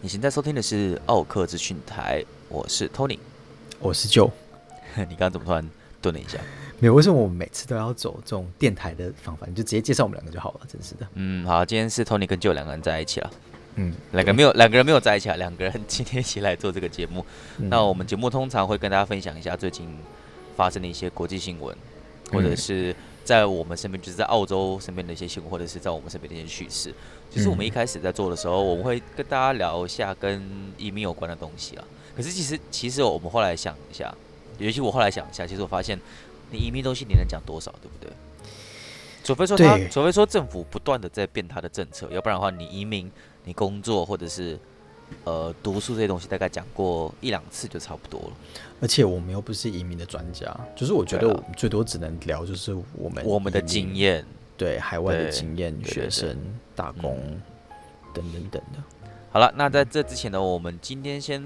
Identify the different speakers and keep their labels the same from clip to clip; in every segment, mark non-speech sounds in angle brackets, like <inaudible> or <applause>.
Speaker 1: 你现在收听的是奥克资讯台，我是 Tony。 <laughs>
Speaker 2: 我是九，
Speaker 1: 你刚刚怎么突然顿了一下？
Speaker 2: 没有为什么我每次都要走这种电台的方法？你就直接介绍我们两个就好了，真是的。
Speaker 1: 嗯，好，今天是 Tony 跟 Joe 两个人在一起了，
Speaker 2: 嗯，
Speaker 1: 两个没有两个人没有在一起啊，两个人今天一起来做这个节目。
Speaker 2: 嗯
Speaker 1: 那我们节目通常会跟大家分享一下最近发生的一些国际新闻，或者是在我们身边，就是在澳洲身边的一些新闻，或者是在我们身边的一些趣事。其实我们一
Speaker 2: 嗯
Speaker 1: 开始在做的时候，我们会跟大家聊一下跟移民有关的东西啊。可是其实其实我们后来想一下，尤其我后来想一下，其实我发现，你移民东西你能讲多少，对不对？除非说他
Speaker 2: 对，
Speaker 1: 除非说政府不断的在变他的政策，要不然的话，你移民、你工作或者是呃读书这些东西，大概讲过一两次就差不多了。
Speaker 2: 而且我们又不是移民的专家，就是我觉得
Speaker 1: 对啊
Speaker 2: 我们最多只能聊就是我们
Speaker 1: 我们的
Speaker 2: 移民
Speaker 1: 经，验，
Speaker 2: 对海外的
Speaker 1: 对
Speaker 2: 经验、
Speaker 1: 对对
Speaker 2: 学生、打工
Speaker 1: 嗯
Speaker 2: 等等等的。
Speaker 1: 好了，那在这之前呢，我们今天先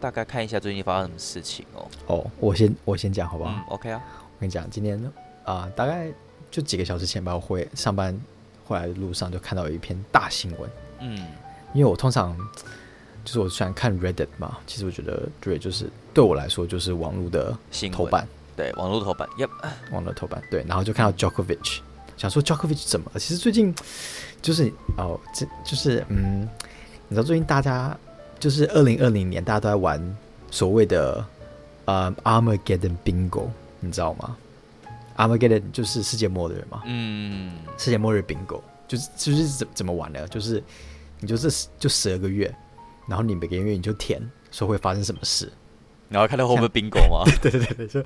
Speaker 1: 大概看一下最近发生什么事情哦。
Speaker 2: 哦，我先我先讲好不好？
Speaker 1: 嗯，OK 啊，
Speaker 2: 我跟你讲，今天啊、呃大概就几个小时前吧，我回上班回来的路上就看到有一篇大新闻，
Speaker 1: 嗯，
Speaker 2: 因为我通常就是我喜欢看 Reddit 嘛，其实我觉得 Reddit 就是对我来说就是网络的
Speaker 1: 新闻
Speaker 2: 头版，
Speaker 1: 对，网络头版，Yep，
Speaker 2: 网络头版对，然后就看到 Djokovic，想说 Djokovic 怎么了？其实最近就是哦，这就是嗯，你知道最近大家就是二零二零年大家都在玩所谓的呃 Armageddon Bingo，你知道吗？Armageddon 就是世界末日嘛，
Speaker 1: 嗯，
Speaker 2: 世界末日 bingo，就是就是怎怎么玩呢？就是你就是就十二个月，然后你每个月你就填说会发生什么事。
Speaker 1: 然后看到后面 bingo 吗？
Speaker 2: <laughs> 对对对对， <laughs> 就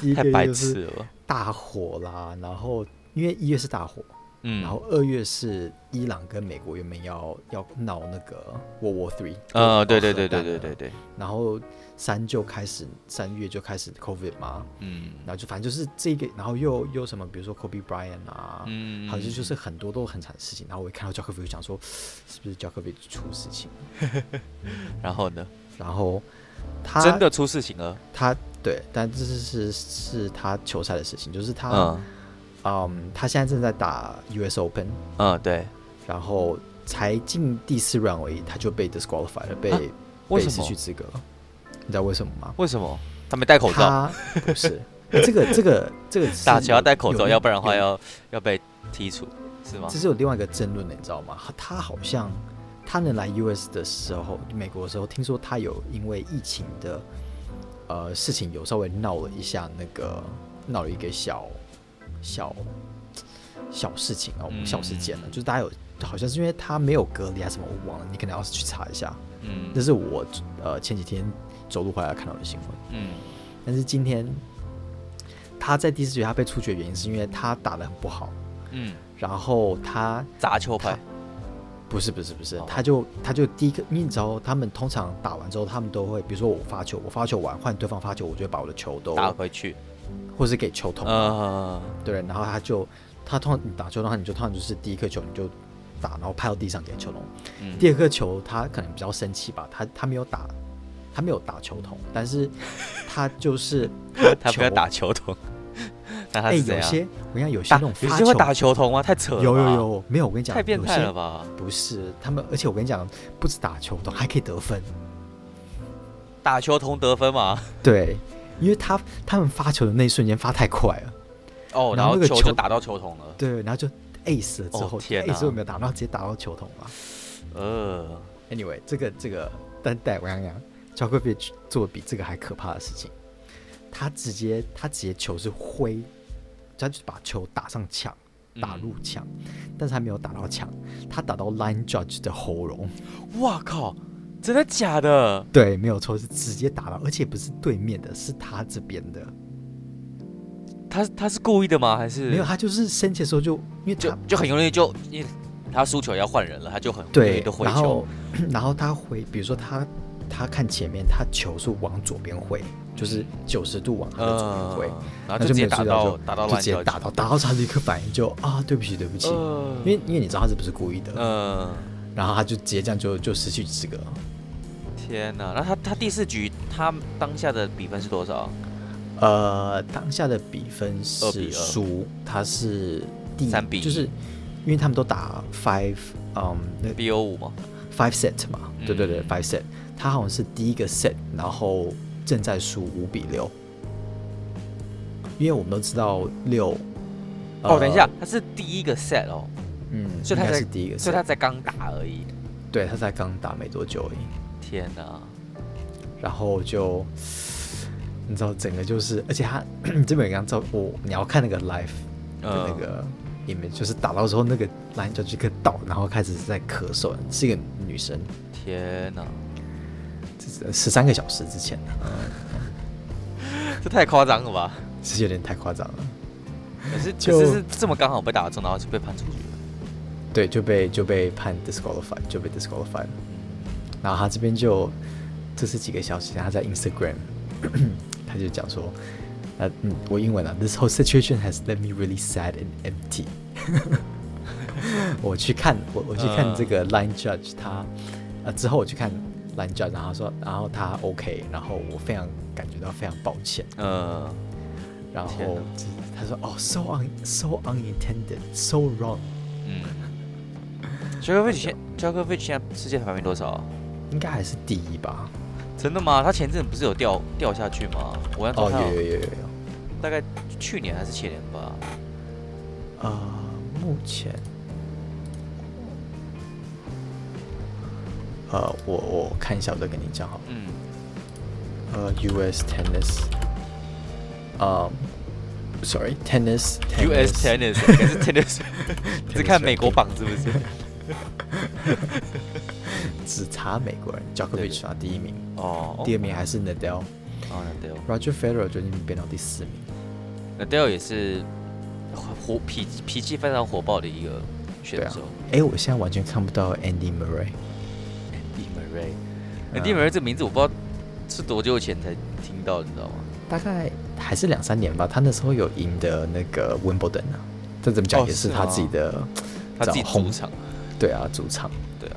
Speaker 2: 第一
Speaker 1: 太
Speaker 2: 个月
Speaker 1: 白
Speaker 2: 就是
Speaker 1: 痴了，
Speaker 2: 大火啦，然后因为一月是大火，
Speaker 1: 嗯，
Speaker 2: 然后二月是伊朗跟美国原本要要闹那个 World War Three，哦
Speaker 1: 呃，对对对对对对
Speaker 2: 对，
Speaker 1: 对，
Speaker 2: 然后三就开始三月就开始 COVID 嘛，
Speaker 1: 嗯
Speaker 2: 然后就反正就是这个，然后又又什么，比如说 Kobe Bryant 啊，
Speaker 1: 嗯，
Speaker 2: 好像就是很多都很惨的事情。然后我一看到 j o k o v i c 想说，是不是 j o k o v i c 出事情？
Speaker 1: 然后呢，
Speaker 2: 然后他
Speaker 1: 真的出事情了，
Speaker 2: 他对，但这是是是他球赛的事情，就是他
Speaker 1: 嗯
Speaker 2: 嗯他现在正在打 US Open，
Speaker 1: 嗯，对，
Speaker 2: 然后才进第四 round 而已，他就被 disqualified 了，被、
Speaker 1: 啊为
Speaker 2: 被
Speaker 1: 什
Speaker 2: 失去
Speaker 1: 么？
Speaker 2: 资格了。你知道为什么吗？
Speaker 1: 为什么他没戴口罩？
Speaker 2: 他不是这个这个这个
Speaker 1: 打
Speaker 2: 是
Speaker 1: 球要
Speaker 2: 有
Speaker 1: 戴口
Speaker 2: 有
Speaker 1: 罩，
Speaker 2: 另
Speaker 1: 要不然的话
Speaker 2: 有
Speaker 1: 要要被剔除，是吗
Speaker 2: 这？是有另外一个争论的，你知道吗？他他好像他能来 US 的时候，美国的时候，听说他有因为疫情的呃事情有稍微闹了一下，那个闹了一个小小小事情啊，我们
Speaker 1: 嗯
Speaker 2: 小事件了，就是大家有好像是因为他没有隔离还是什么，我忘了，你可能要去查一下。
Speaker 1: 嗯
Speaker 2: 这是我呃前几天走路回来看到的新闻，
Speaker 1: 嗯
Speaker 2: 但是今天他在第四局他被出局的原因是因为他打得很不好，
Speaker 1: 嗯，
Speaker 2: 然后他
Speaker 1: 砸球拍
Speaker 2: 他，不是不是不是
Speaker 1: 哦，
Speaker 2: 他就他就第一个，因为你知道他们通常打完之后，他们都会，比如说我发球，我发球完换对方发球，我就会把我的球都，
Speaker 1: 打回去，
Speaker 2: 或是给球筒，
Speaker 1: 呃，
Speaker 2: 对，然后他就他通常你打球的话，你就通常就是第一颗球你就打，然后拍到地上给球筒，
Speaker 1: 嗯
Speaker 2: 第二颗球他可能比较生气吧，他他没有打，他没有打球筒，但是他
Speaker 1: <laughs>
Speaker 2: 就是
Speaker 1: 他不要
Speaker 2: 球
Speaker 1: 打球童， <laughs> 那他
Speaker 2: 哎、
Speaker 1: 是怎
Speaker 2: 有
Speaker 1: 样？
Speaker 2: 些我跟你讲，有些
Speaker 1: 打
Speaker 2: 那种
Speaker 1: 有
Speaker 2: 发
Speaker 1: 些
Speaker 2: 球
Speaker 1: 会打球童吗？太扯了，
Speaker 2: 有有，有，没有我跟你讲，
Speaker 1: 太变态
Speaker 2: 有些
Speaker 1: 了吧？
Speaker 2: 不是他们，而且我跟你讲，不止打球的，还可以得分。
Speaker 1: 打球童得分嘛？
Speaker 2: 对，因为他他们发球的那一瞬间发太快了，
Speaker 1: 哦，<laughs>
Speaker 2: 然
Speaker 1: 然
Speaker 2: 后
Speaker 1: 后
Speaker 2: 那个
Speaker 1: 球
Speaker 2: 球
Speaker 1: 就打到球童了，
Speaker 2: 对，然后就 ace 了之
Speaker 1: 哦
Speaker 2: 后、
Speaker 1: 天
Speaker 2: a
Speaker 1: 哪
Speaker 2: c e 又没有打，然后直接打到球筒了。
Speaker 1: 呃，
Speaker 2: Anyway，这个这个，但但我刚刚讲 j o k o v i c 做比这个还可怕的事情，他直接他直接球是挥，他就是把球打上墙，打入墙，
Speaker 1: 嗯
Speaker 2: 但是他没有打到墙，他打到 line judge 的喉咙。
Speaker 1: 嗯哇靠，真的假的？
Speaker 2: 对，没有错，是直接打到，而且不是对面的，是他这边的。
Speaker 1: 他他是故意的吗？还是
Speaker 2: 没有，？他就是生气的时候就因为
Speaker 1: 就
Speaker 2: 他
Speaker 1: 就很容易就因为他输球要换人了，他就很容易
Speaker 2: 对
Speaker 1: 的，回
Speaker 2: 然
Speaker 1: 球
Speaker 2: 后 <clears throat> 然后他回，比如说他他看前面，他球是往左边挥，就是九十度往他的左边挥，
Speaker 1: 嗯，然后
Speaker 2: 那
Speaker 1: 就直
Speaker 2: 没
Speaker 1: 接
Speaker 2: 有
Speaker 1: 打
Speaker 2: 注意
Speaker 1: 到
Speaker 2: 就
Speaker 1: 打到
Speaker 2: 就
Speaker 1: 烂
Speaker 2: 直接
Speaker 1: 球，
Speaker 2: 打到打到他立刻反应就啊，对不起对不起，
Speaker 1: 呃，
Speaker 2: 因为因为你知道他是不是故意的，
Speaker 1: 嗯，
Speaker 2: 然后他就直接这样就就失去资格了，
Speaker 1: 天哪！那他他第四局他当下的比分是多少？
Speaker 2: 呃，当下的比分
Speaker 1: 二比
Speaker 2: 是
Speaker 1: 二
Speaker 2: 输，他是第
Speaker 1: 三比一
Speaker 2: 就是因为他们都打 five，嗯，那
Speaker 1: BO 五吗？
Speaker 2: five set 嘛，对对对
Speaker 1: 嗯
Speaker 2: ，five set，他好像是第一个 set，然后正在输五比六，因为我们都知道六。
Speaker 1: 哦，等一下
Speaker 2: 呃，，
Speaker 1: 他是第一个 set 哦，
Speaker 2: 嗯，
Speaker 1: 所以
Speaker 2: 应
Speaker 1: 他
Speaker 2: 该
Speaker 1: 才
Speaker 2: 是第一个 set，
Speaker 1: 所以他才刚打而已。
Speaker 2: 对他才刚打没多久而已。
Speaker 1: 天哪，
Speaker 2: 然后就你知道整个就是，而且他 <clears throat> 这边有一张照，我你要看那个 live
Speaker 1: 嗯
Speaker 2: 的那个 image，、就是打到之后那个 line 就这个倒，然后开始在咳嗽，是一个女生，
Speaker 1: 天哪，
Speaker 2: 十三个小时之前，
Speaker 1: 这太夸张了吧？
Speaker 2: 是有点太夸张了。
Speaker 1: 可是可
Speaker 2: 就是
Speaker 1: 是这么刚好被打中，然后就被判出局了。
Speaker 2: 对，就被就被判 disqualified，就被 disqualified 了。然后他这边就这是几个消息，他在 Instagram，他就讲说，呃，嗯，我英文啊，This whole situation has left me really sad and empty 。我去看我我去看
Speaker 1: 嗯
Speaker 2: 这个 Line Judge，他呃之后我去看 Line Judge，然后他说然后他 OK，然后我非常感觉到非常抱歉，
Speaker 1: 呃，
Speaker 2: 然
Speaker 1: 天
Speaker 2: 后
Speaker 1: 哪
Speaker 2: 就是他说哦，so un so unintended，so wrong，
Speaker 1: 嗯 j o k o v i c 现 j o k o v i c 现在世界排名多少啊？
Speaker 2: 应该还是第一吧？
Speaker 1: 真的吗？他前阵子不是有掉掉下去吗？我要说
Speaker 2: 哦，
Speaker 1: 他
Speaker 2: 有有
Speaker 1: 有
Speaker 2: 有有有。
Speaker 1: 大概去年还是前年吧。
Speaker 2: 呃，目前，呃，我我看一下，我再跟你讲好了。
Speaker 1: 嗯，
Speaker 2: 呃，U.S. tennis，呃，sorry，tennis
Speaker 1: US tennis
Speaker 2: <laughs>
Speaker 1: 还是 tennis，只看
Speaker 2: Tennis
Speaker 1: 美国
Speaker 2: ranking
Speaker 1: 榜是不是？
Speaker 2: 只查美国人
Speaker 1: 对
Speaker 2: ，Djokovic
Speaker 1: 对
Speaker 2: 拿第一名，
Speaker 1: 哦，
Speaker 2: 第二名还是 Nadal。
Speaker 1: 哦，Nadal，
Speaker 2: Roger Federer 最近变到第四名，
Speaker 1: Nadal 也是火脾脾气非常火爆的一个选
Speaker 2: 对啊
Speaker 1: 手。。
Speaker 2: 哎，我现在完全看不到 Andy Murray。
Speaker 1: Andy Murray，Andy
Speaker 2: 嗯
Speaker 1: Murray 这名字我不知道是多久前才听到，你知道吗？
Speaker 2: 大概还是两三年吧。他那时候有赢得那个 Wimbledon 啊，这怎么讲
Speaker 1: 哦
Speaker 2: 也
Speaker 1: 是
Speaker 2: 是他
Speaker 1: 吗
Speaker 2: 自己的，
Speaker 1: 他自己
Speaker 2: 找红
Speaker 1: 主
Speaker 2: <laughs>
Speaker 1: 场，
Speaker 2: 对啊，主场。
Speaker 1: 对啊，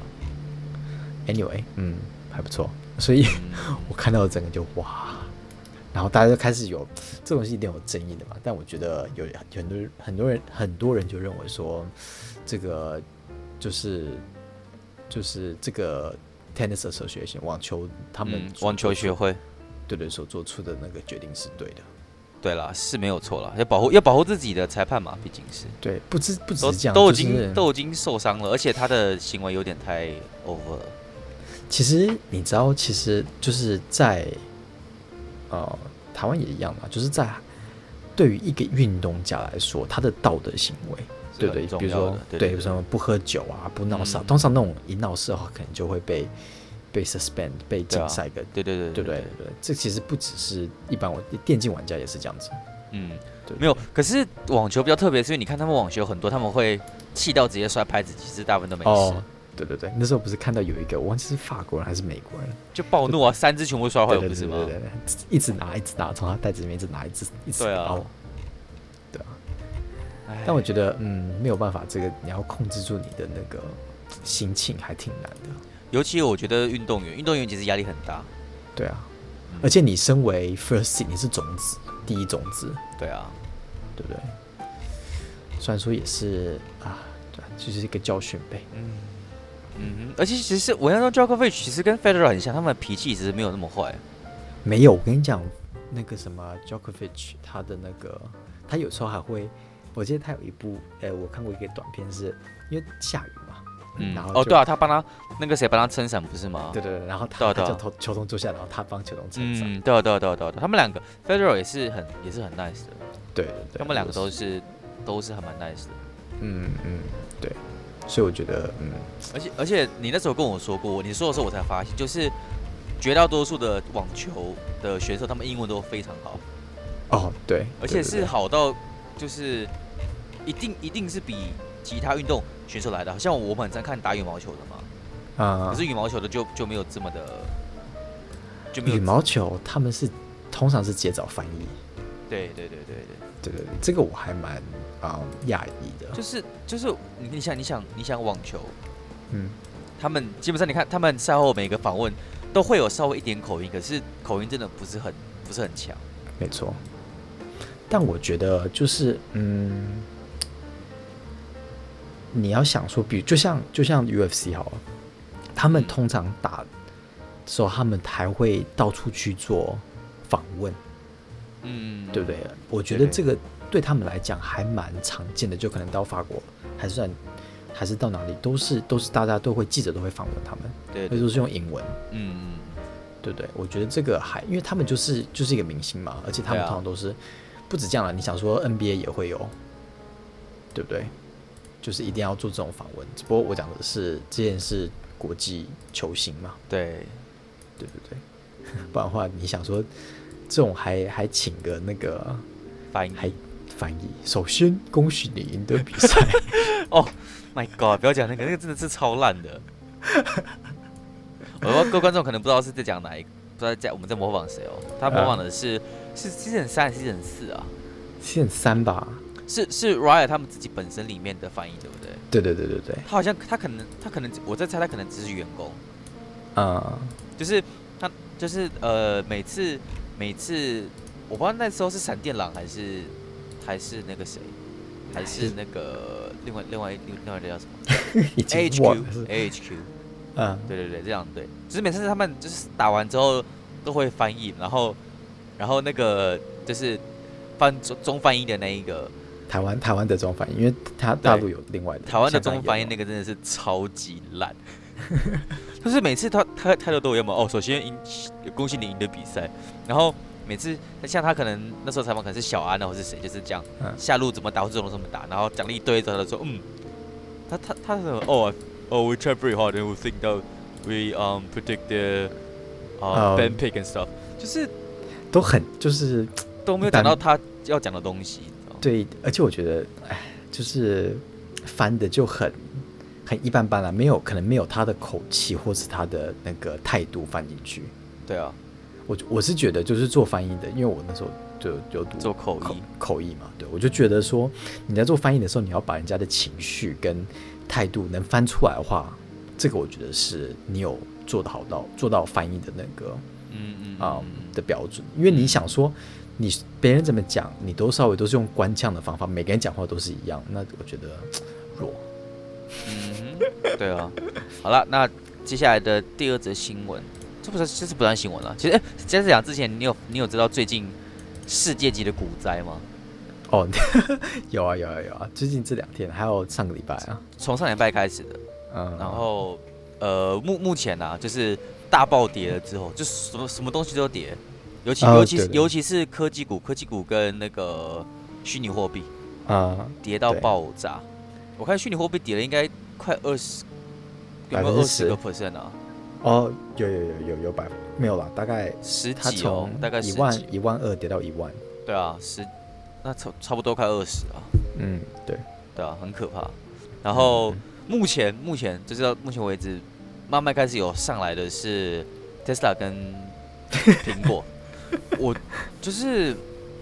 Speaker 2: Anyway，嗯，还不错。所以
Speaker 1: 嗯
Speaker 2: 我看到整个就哇，然后大家就开始有这种东西一定有争议的嘛。但我觉得有很多人很多人很多人就认为说，这个就是就是这个 Tennis Association 网球
Speaker 1: 他
Speaker 2: 他们
Speaker 1: 嗯
Speaker 2: 所
Speaker 1: 网球
Speaker 2: 做出
Speaker 1: 学会，
Speaker 2: 对对所做出的那个决定是对的。
Speaker 1: 对啦，是没有错啦，要保护要保护自己的裁判嘛，毕竟是
Speaker 2: 对，不只不只
Speaker 1: 都
Speaker 2: 是这样，
Speaker 1: 都已
Speaker 2: 就
Speaker 1: 经、
Speaker 2: 是
Speaker 1: 都已经受伤了，而且他的行为有点太 over 了。
Speaker 2: 其实你知道，其实就是在呃台湾也一样嘛，就是在对于一个运动家来说，他的道德行为，
Speaker 1: 是
Speaker 2: 对
Speaker 1: 很
Speaker 2: 不对？
Speaker 1: 重
Speaker 2: 比如
Speaker 1: 要
Speaker 2: 说
Speaker 1: 的对对
Speaker 2: 比如说不喝酒啊，不闹事啊，
Speaker 1: 嗯
Speaker 2: 通常那种一闹事的话，可能就会被被 suspend 被
Speaker 1: 对
Speaker 2: 禁
Speaker 1: 啊
Speaker 2: 赛个。
Speaker 1: 对对对
Speaker 2: 对不对？对，这其实不只是一般玩电竞玩家也是这样子，
Speaker 1: 嗯
Speaker 2: 对，
Speaker 1: 没有。可是网球比较特别，是因为你看他们网球很多，他们会气到直接摔拍子，其实大部分都没事，
Speaker 2: 哦，对对对，那时候不是看到有一个，我忘记是法国人还是美国人，
Speaker 1: 就暴怒啊，三只全部摔坏
Speaker 2: 对
Speaker 1: 了，
Speaker 2: 对
Speaker 1: 不
Speaker 2: 对
Speaker 1: 是
Speaker 2: 对
Speaker 1: 吗？
Speaker 2: 对，对一直拿一直拿，从他袋子里面一直拿一直一直
Speaker 1: 对啊
Speaker 2: 凹，对啊，
Speaker 1: 唉
Speaker 2: 但我觉得，嗯，没有办法，这个你要控制住你的那个心情还挺难的，
Speaker 1: 尤其我觉得运动员，运动员其实压力很大。嗯
Speaker 2: 对啊。而且你身为 first seed，你是种子，第一种子，
Speaker 1: 对啊，
Speaker 2: 对不对？虽然说也是啊，对啊，就是一个教训呗。
Speaker 1: 嗯嗯哼，而且其实我印象中 Djokovic 其实跟 Federer 很像，他们的脾气其实没有那么坏。
Speaker 2: 没有，我跟你讲，那个什么 Djokovic，他的那个，他有时候还会，我记得他有一部，哎，我看过一个短片是，因为下雨嘛，
Speaker 1: 嗯
Speaker 2: 然，后
Speaker 1: 哦，
Speaker 2: 就
Speaker 1: 对啊，他帮他那个谁帮他撑伞不是吗？
Speaker 2: 对对对，然后
Speaker 1: 对
Speaker 2: 他
Speaker 1: 啊对
Speaker 2: 他
Speaker 1: 啊
Speaker 2: 叫球球童坐下，然后他帮球童撑伞，
Speaker 1: 嗯，对啊，对啊，对啊，对啊，对啊他们两个 Federer 也是很也是很 nice 的，
Speaker 2: 对对对，
Speaker 1: 他们两个都
Speaker 2: 就是
Speaker 1: 是都是还蛮 nice 的。
Speaker 2: 嗯，嗯，对，所以我觉得，嗯，
Speaker 1: 而且而且你那时候跟我说过，你说的时候我才发现，就是绝大多数的网球的选手，他们英文都非常好，
Speaker 2: 哦，对，
Speaker 1: 而
Speaker 2: 对
Speaker 1: 且
Speaker 2: 对
Speaker 1: 是啊
Speaker 2: 对
Speaker 1: 好到就是一定一定是比其他运动选手来的好。像我们很常看打羽毛球的嘛，
Speaker 2: 啊
Speaker 1: 可，是羽毛球的就就没有这么的，就没有
Speaker 2: 羽毛球他们是通常是直接找翻译，
Speaker 1: 对对对对对，
Speaker 2: 对对对，这个我还蛮啊讶异的，
Speaker 1: 就是就是你你想你想你想网球，
Speaker 2: 嗯，
Speaker 1: 他们基本上你看他们赛后每个访问都会有稍微一点口音，可是口音真的不是很不是很强。
Speaker 2: 没错，但我觉得就是，嗯，你要想说，比如就像就像 UFC 好了，他
Speaker 1: 嗯
Speaker 2: 们通常打的时候，他们还会到处去做访问，
Speaker 1: 嗯，
Speaker 2: 对不对？我觉得
Speaker 1: 对
Speaker 2: 这个对他们来讲还蛮常见的，就可能到法国还是算还是到哪里都是都是大家都会记者都会访问他们，
Speaker 1: 对
Speaker 2: 那
Speaker 1: 对，
Speaker 2: 都是用英文，
Speaker 1: 嗯
Speaker 2: 对不对？我觉得这个还因为他们就是就是一个明星嘛，而且他们
Speaker 1: 对啊
Speaker 2: 通常都是、不止这样了，你想说 NBA 也会有，对不对？就是一定要做这种访问，只不过我讲的是之前是国际球星嘛，
Speaker 1: 对，
Speaker 2: 对 <laughs> 不对？不然的话，你想说这种还还请个那个
Speaker 1: 发音
Speaker 2: 还翻译，首先恭喜你赢得比赛，
Speaker 1: 哦，My God！不要讲那个，那个真的是超烂的。我各位观众可能不知道是在讲哪一个，不知道在我们在模仿谁哦。他模仿
Speaker 2: 啊
Speaker 1: 的是、是 season 三还是 season 四啊？
Speaker 2: 现三吧？
Speaker 1: 是是 Riot 他们自己本身里面的翻译对不对？
Speaker 2: 对对对对对，
Speaker 1: 他好像他可能他可能我在猜他可能只是员工，
Speaker 2: 啊、
Speaker 1: 就是他就是呃每次每次我不知道那时候是闪电狼还是还是那个谁，还是那个另外另外另外一个叫什么
Speaker 2: <laughs> 已经忘了是
Speaker 1: AHQ，AHQ
Speaker 2: 嗯，
Speaker 1: <laughs> 对对对，这样对，就是每次他们就是打完之后都会翻译，然后然后那个就是翻中中翻译的那一个
Speaker 2: 台湾台湾的中翻译，因为他大陆有另外的，
Speaker 1: 台湾的
Speaker 2: 香港
Speaker 1: 中翻译
Speaker 2: 也
Speaker 1: 那
Speaker 2: 有
Speaker 1: 个真的是超级烂， <laughs> 就是每次他他他都都有嘛哦，首先赢恭喜你赢得比赛，然后每次像他可能那时候采访可能是小安啊或是谁，就是这样、
Speaker 2: 嗯
Speaker 1: 下路怎么打或者怎么打，然后讲了一堆之后他就说嗯，他他他是什么哦哦 we try very hard and we think that we um predict the uh,
Speaker 2: 哦
Speaker 1: ban pick and stuff，就是
Speaker 2: 都很就是
Speaker 1: 都没有讲到他要讲的东西，你知道吗
Speaker 2: 对，而且我觉得，哎，就是翻的就很很一般般了、没有可能没有他的口气或是他的那个态度翻进去。
Speaker 1: 对啊，
Speaker 2: 我我是觉得就是做翻译的，因为我那时候就有读
Speaker 1: 做口
Speaker 2: 口
Speaker 1: 译，
Speaker 2: 口译嘛，对我就觉得说你在做翻译的时候，你要把人家的情绪跟态度能翻出来的话，这个我觉得是你有做的好到做到翻译的那个
Speaker 1: 嗯嗯
Speaker 2: 啊、
Speaker 1: 嗯
Speaker 2: 的标准，因为你想说你别人怎么讲，你都稍微都是用官腔的方法，每个人讲话都是一样，那我觉得嘖弱。
Speaker 1: 嗯哼，对啊。好了，那接下来的第二则新闻，这不是这是不算新闻了。其实，哎、接着讲之前，你有你有知道最近世界级的股灾吗？
Speaker 2: 哦， <laughs> 有啊有啊有啊，最近这两天还有上个礼拜啊，
Speaker 1: 从上礼拜开始的，
Speaker 2: 嗯，
Speaker 1: 然后呃，目目前啊，就是大暴跌了之后，就什么什么东西都跌，尤其、
Speaker 2: 哦
Speaker 1: 尤其
Speaker 2: 对
Speaker 1: 是
Speaker 2: 对
Speaker 1: 尤其是科技股，科技股跟那个虚拟货币
Speaker 2: 啊
Speaker 1: 跌到
Speaker 2: 对
Speaker 1: 爆炸。我看虚拟货币跌了应该快二十，有没有二十
Speaker 2: 10%
Speaker 1: 个 percent 啊？
Speaker 2: 哦有有有有有百分没有啦，大概
Speaker 1: 十
Speaker 2: 它
Speaker 1: 几哦
Speaker 2: 从，
Speaker 1: 大概
Speaker 2: 一
Speaker 1: 十几
Speaker 2: 万一万二跌到一万，
Speaker 1: 对啊，十，那差差不多快二十啊，
Speaker 2: 嗯对，
Speaker 1: 对啊，很可怕。然后
Speaker 2: 嗯
Speaker 1: 目前目前就是到目前为止，慢慢开始有上来的是 Tesla 跟苹
Speaker 2: <laughs>
Speaker 1: 果。我就是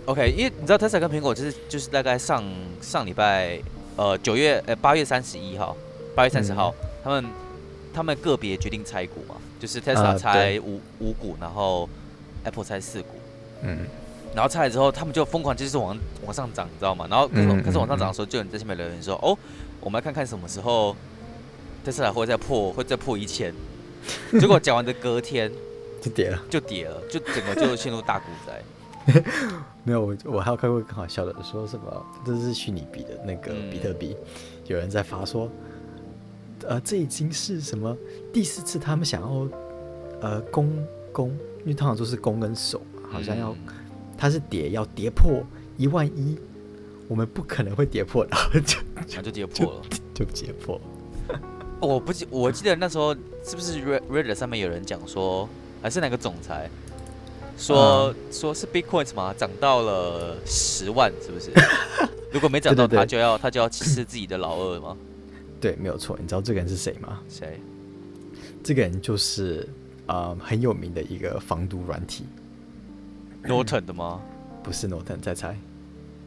Speaker 1: OK，因为你知道 Tesla 跟苹果就是就是大概上上礼拜呃九月呃八月三十一号，八月三十
Speaker 2: 嗯
Speaker 1: 号、他们他们个别决定拆股嘛，就是
Speaker 2: 啊
Speaker 1: Tesla
Speaker 2: 对
Speaker 1: 拆五五、股，然后 Apple 拆四股。
Speaker 2: 嗯
Speaker 1: 然后拆了之后，他们就疯狂就是往往上涨，你知道吗？然后开始
Speaker 2: 嗯嗯
Speaker 1: 开始往上涨的时候，就有人在下面留言说：“哦，我们来看看什么时候特斯拉会再破，会再破一
Speaker 2: <laughs>
Speaker 1: 千。”结果讲完的隔天
Speaker 2: 就跌了。
Speaker 1: 就跌了，就整个就陷入大股灾。
Speaker 2: 没有，我我还有看过更好笑的，说什么这是虚拟币的那个
Speaker 1: 嗯
Speaker 2: 比特币，有人在发说，呃，这已经是什么第四次他们想要呃攻攻，因为通常都是攻跟守嘛，好像要、 <laughs>
Speaker 1: 嗯
Speaker 2: 它是跌要跌破一万一，我们不可能会跌破，然后 <laughs> 就
Speaker 1: 然后就跌破了。
Speaker 2: 就跌破，
Speaker 1: 我不记，我记得那时候是不是 Red- Reddit 上面有人讲说，还是哪个总裁
Speaker 2: 嗯
Speaker 1: 说、说是 Bitcoin 吗？涨到了十万，是
Speaker 2: <laughs>
Speaker 1: 不是？如果没涨到，
Speaker 2: 对对对
Speaker 1: 他就要他就要吃自己的老二吗？
Speaker 2: 对，没有错。你知道这个人是谁吗？
Speaker 1: 谁？
Speaker 2: 这个人就是呃很有名的一个防毒软体，
Speaker 1: Norton 的吗？
Speaker 2: 不是诺腾，再猜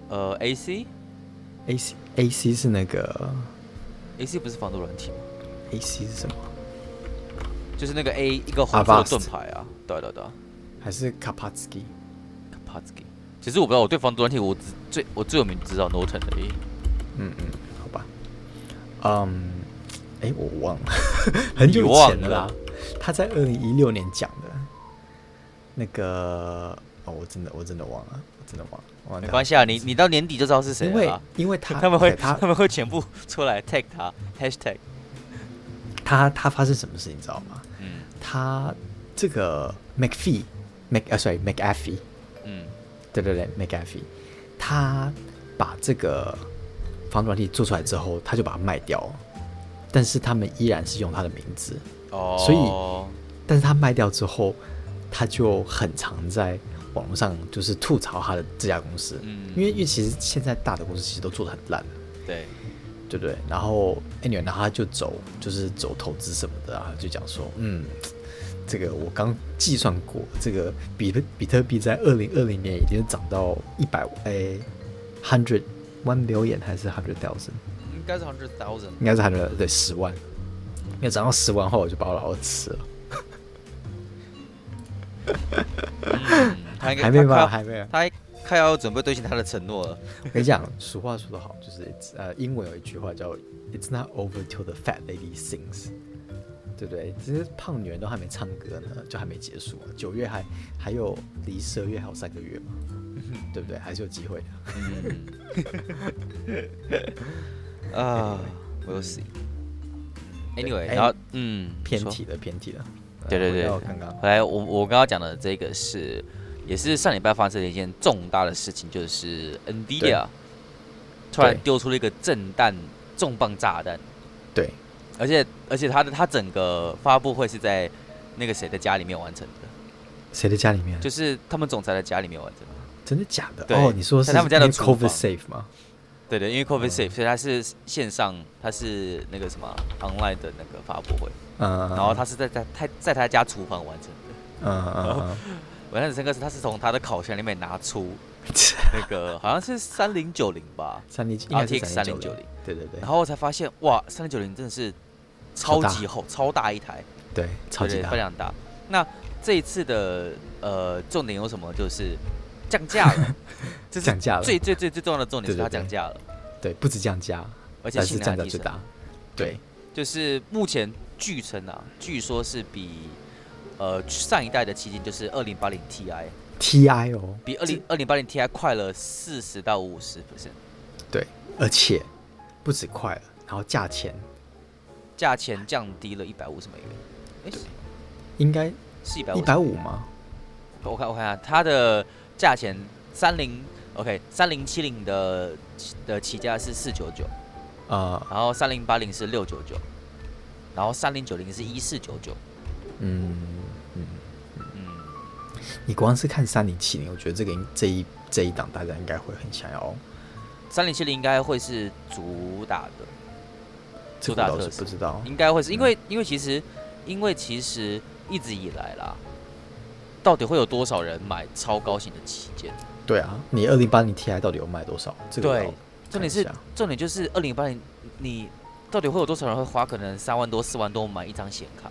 Speaker 1: 呃，AC
Speaker 2: ，A C A C 是那个
Speaker 1: AC 不是防毒软体吗？
Speaker 2: A C 是什么？
Speaker 1: 就是那个 A 一个红色的
Speaker 2: Avast
Speaker 1: 盾牌啊，对对对
Speaker 2: 还是 Kapatsky
Speaker 1: ，Kapatsky。其实我不知道，我对防毒软体我只最
Speaker 2: 啊嗯
Speaker 1: 我最有名只知道 Norton 的而已。
Speaker 2: 嗯嗯，好吧。嗯，哎，我忘了， <laughs> 很久以前
Speaker 1: 你
Speaker 2: 的
Speaker 1: 忘
Speaker 2: 啦
Speaker 1: 了。
Speaker 2: 他在二零一六年讲的，那个哦，我真的我真的忘了，我真的忘了，忘了
Speaker 1: 没关系啊，你你到年底就知道是谁
Speaker 2: 因
Speaker 1: 了
Speaker 2: 为
Speaker 1: 啦。
Speaker 2: 因为他
Speaker 1: <laughs> 他们会
Speaker 2: 对他
Speaker 1: 他们会全部出来 tag 他 hashtag，
Speaker 2: 他他发生什么事你知道吗？
Speaker 1: 嗯
Speaker 2: 他这个 McPhee Mc 啊 sorry McAfee，
Speaker 1: 嗯
Speaker 2: 对对对 McAfee，他把这个防毒软体做出来之后，他就把它卖掉了，但是他们依然是用他的名字。
Speaker 1: 哦，
Speaker 2: 所以但是他卖掉之后，他就很常在网络上就是吐槽他的这家公司，
Speaker 1: 嗯
Speaker 2: 因为因为其实现在大的公司其实都做的很烂，
Speaker 1: 对，
Speaker 2: 对不对？然后 anyway，然后他就走就是走投资什么的啊，就讲说，嗯，这个我刚计算过，这个比特比特币在二零二零年已经涨到一百哎 hundred one million 还是 hundred thousand。
Speaker 1: 应该是 hundred thousand，
Speaker 2: 应该是他的对十万，因为涨到十万后我就把我老二吃了，
Speaker 1: 他应该
Speaker 2: 还没吧？
Speaker 1: 他
Speaker 2: 还没有。
Speaker 1: 他快要准备兑现他的承诺了。
Speaker 2: 我跟你讲，俗话说得好，就是 it's- 呃，英文有一句话叫 "It's not over till the fat lady sings"，对不对？这些胖女人都还没唱歌呢，就还没结束啊。九月还还有离十二月还有三个月嘛，对不对？还是有机会的。
Speaker 1: <laughs> 啊，We'll see。Anyway，
Speaker 2: 哎
Speaker 1: 然后嗯，
Speaker 2: 偏
Speaker 1: 说
Speaker 2: 题了，偏题了。呃
Speaker 1: 对对对
Speaker 2: 回到，刚刚
Speaker 1: 回来我我刚刚讲的这个是，也是上礼拜发生的一件重大的事情，就是 NVIDIA 突然
Speaker 2: 对
Speaker 1: 丢出了一个震弹重磅炸弹，
Speaker 2: 对
Speaker 1: 而且而且它的它整个发布会是在那个谁的家里面完成的，
Speaker 2: 谁的家里面？啊
Speaker 1: 就是他们总裁的家里面完成的。
Speaker 2: 真的假的？
Speaker 1: 对
Speaker 2: 哦，你说是
Speaker 1: 在他们家的
Speaker 2: 因为
Speaker 1: 厨
Speaker 2: COVID
Speaker 1: 房
Speaker 2: safe 吗？
Speaker 1: 对对，因为 COVID safe，、所以它是线上，它是那个什么 online 的那个发布会，
Speaker 2: 嗯，
Speaker 1: 然后他是在在他在他家厨房完成的。<laughs>
Speaker 2: 嗯嗯
Speaker 1: 我印象很深刻是，他是从他的烤箱里面拿出
Speaker 2: 嗯，
Speaker 1: 那
Speaker 2: <laughs>
Speaker 1: 个好像是三零九零吧，
Speaker 2: 三零应该是
Speaker 1: RTX
Speaker 2: 三零
Speaker 1: 3090，
Speaker 2: 对对对，
Speaker 1: 然后我才发现哇，三零九零真的是超
Speaker 2: 超大
Speaker 1: 级厚、超大一台，
Speaker 2: 对超级
Speaker 1: 对对
Speaker 2: 大
Speaker 1: 非，常大。那这一次的呃重点有什么？就是降价
Speaker 2: <laughs>
Speaker 1: 了，这是
Speaker 2: 降价了
Speaker 1: 最最最最重要的重点是
Speaker 2: 对对
Speaker 1: 它
Speaker 2: 对
Speaker 1: 降价了，
Speaker 2: 对，不止降价，
Speaker 1: 而且
Speaker 2: 但
Speaker 1: 性
Speaker 2: 是
Speaker 1: 能
Speaker 2: 降
Speaker 1: 还
Speaker 2: 价
Speaker 1: 提
Speaker 2: 最
Speaker 1: 升。
Speaker 2: 大，
Speaker 1: 对
Speaker 2: 对，
Speaker 1: 就是目前据称啊，据说是比呃上一代的旗舰就是二零八零 Ti
Speaker 2: TI 哦，
Speaker 1: 比二零二零八零 Ti 快了四十到五十 percent，
Speaker 2: 对，而且不止快了，然后价钱
Speaker 1: 价钱降低了一百五十美元，诶，
Speaker 2: 应该
Speaker 1: 是一百
Speaker 2: 一
Speaker 1: 五。
Speaker 2: 百五吗？
Speaker 1: 我看我看啊，它的价钱三零 OK 三零七零的的起价是四九九，
Speaker 2: 呃，
Speaker 1: 然后三零八零是六九九，然后三零九零是一四九九，
Speaker 2: 嗯嗯，
Speaker 1: 嗯，
Speaker 2: 你光是看三零七零，我觉得这个应这一这一档大家应该会很想要，哦
Speaker 1: 三零七零应该会是主打的。
Speaker 2: 这
Speaker 1: 主
Speaker 2: 个
Speaker 1: 打
Speaker 2: 我倒
Speaker 1: 特
Speaker 2: 是
Speaker 1: 色
Speaker 2: 不知道，
Speaker 1: 应该会是因
Speaker 2: 嗯
Speaker 1: 为、因为其实因为其实一直以来啦，到底会有多少人买超高型的旗舰？
Speaker 2: 对啊，你二零八零 TI 到底有卖多少？这个我
Speaker 1: 对
Speaker 2: 倒
Speaker 1: 重
Speaker 2: 看一
Speaker 1: 点是
Speaker 2: 下
Speaker 1: 重点就是二零八零，你到底会有多少人会花可能三万多四万多买一张显卡？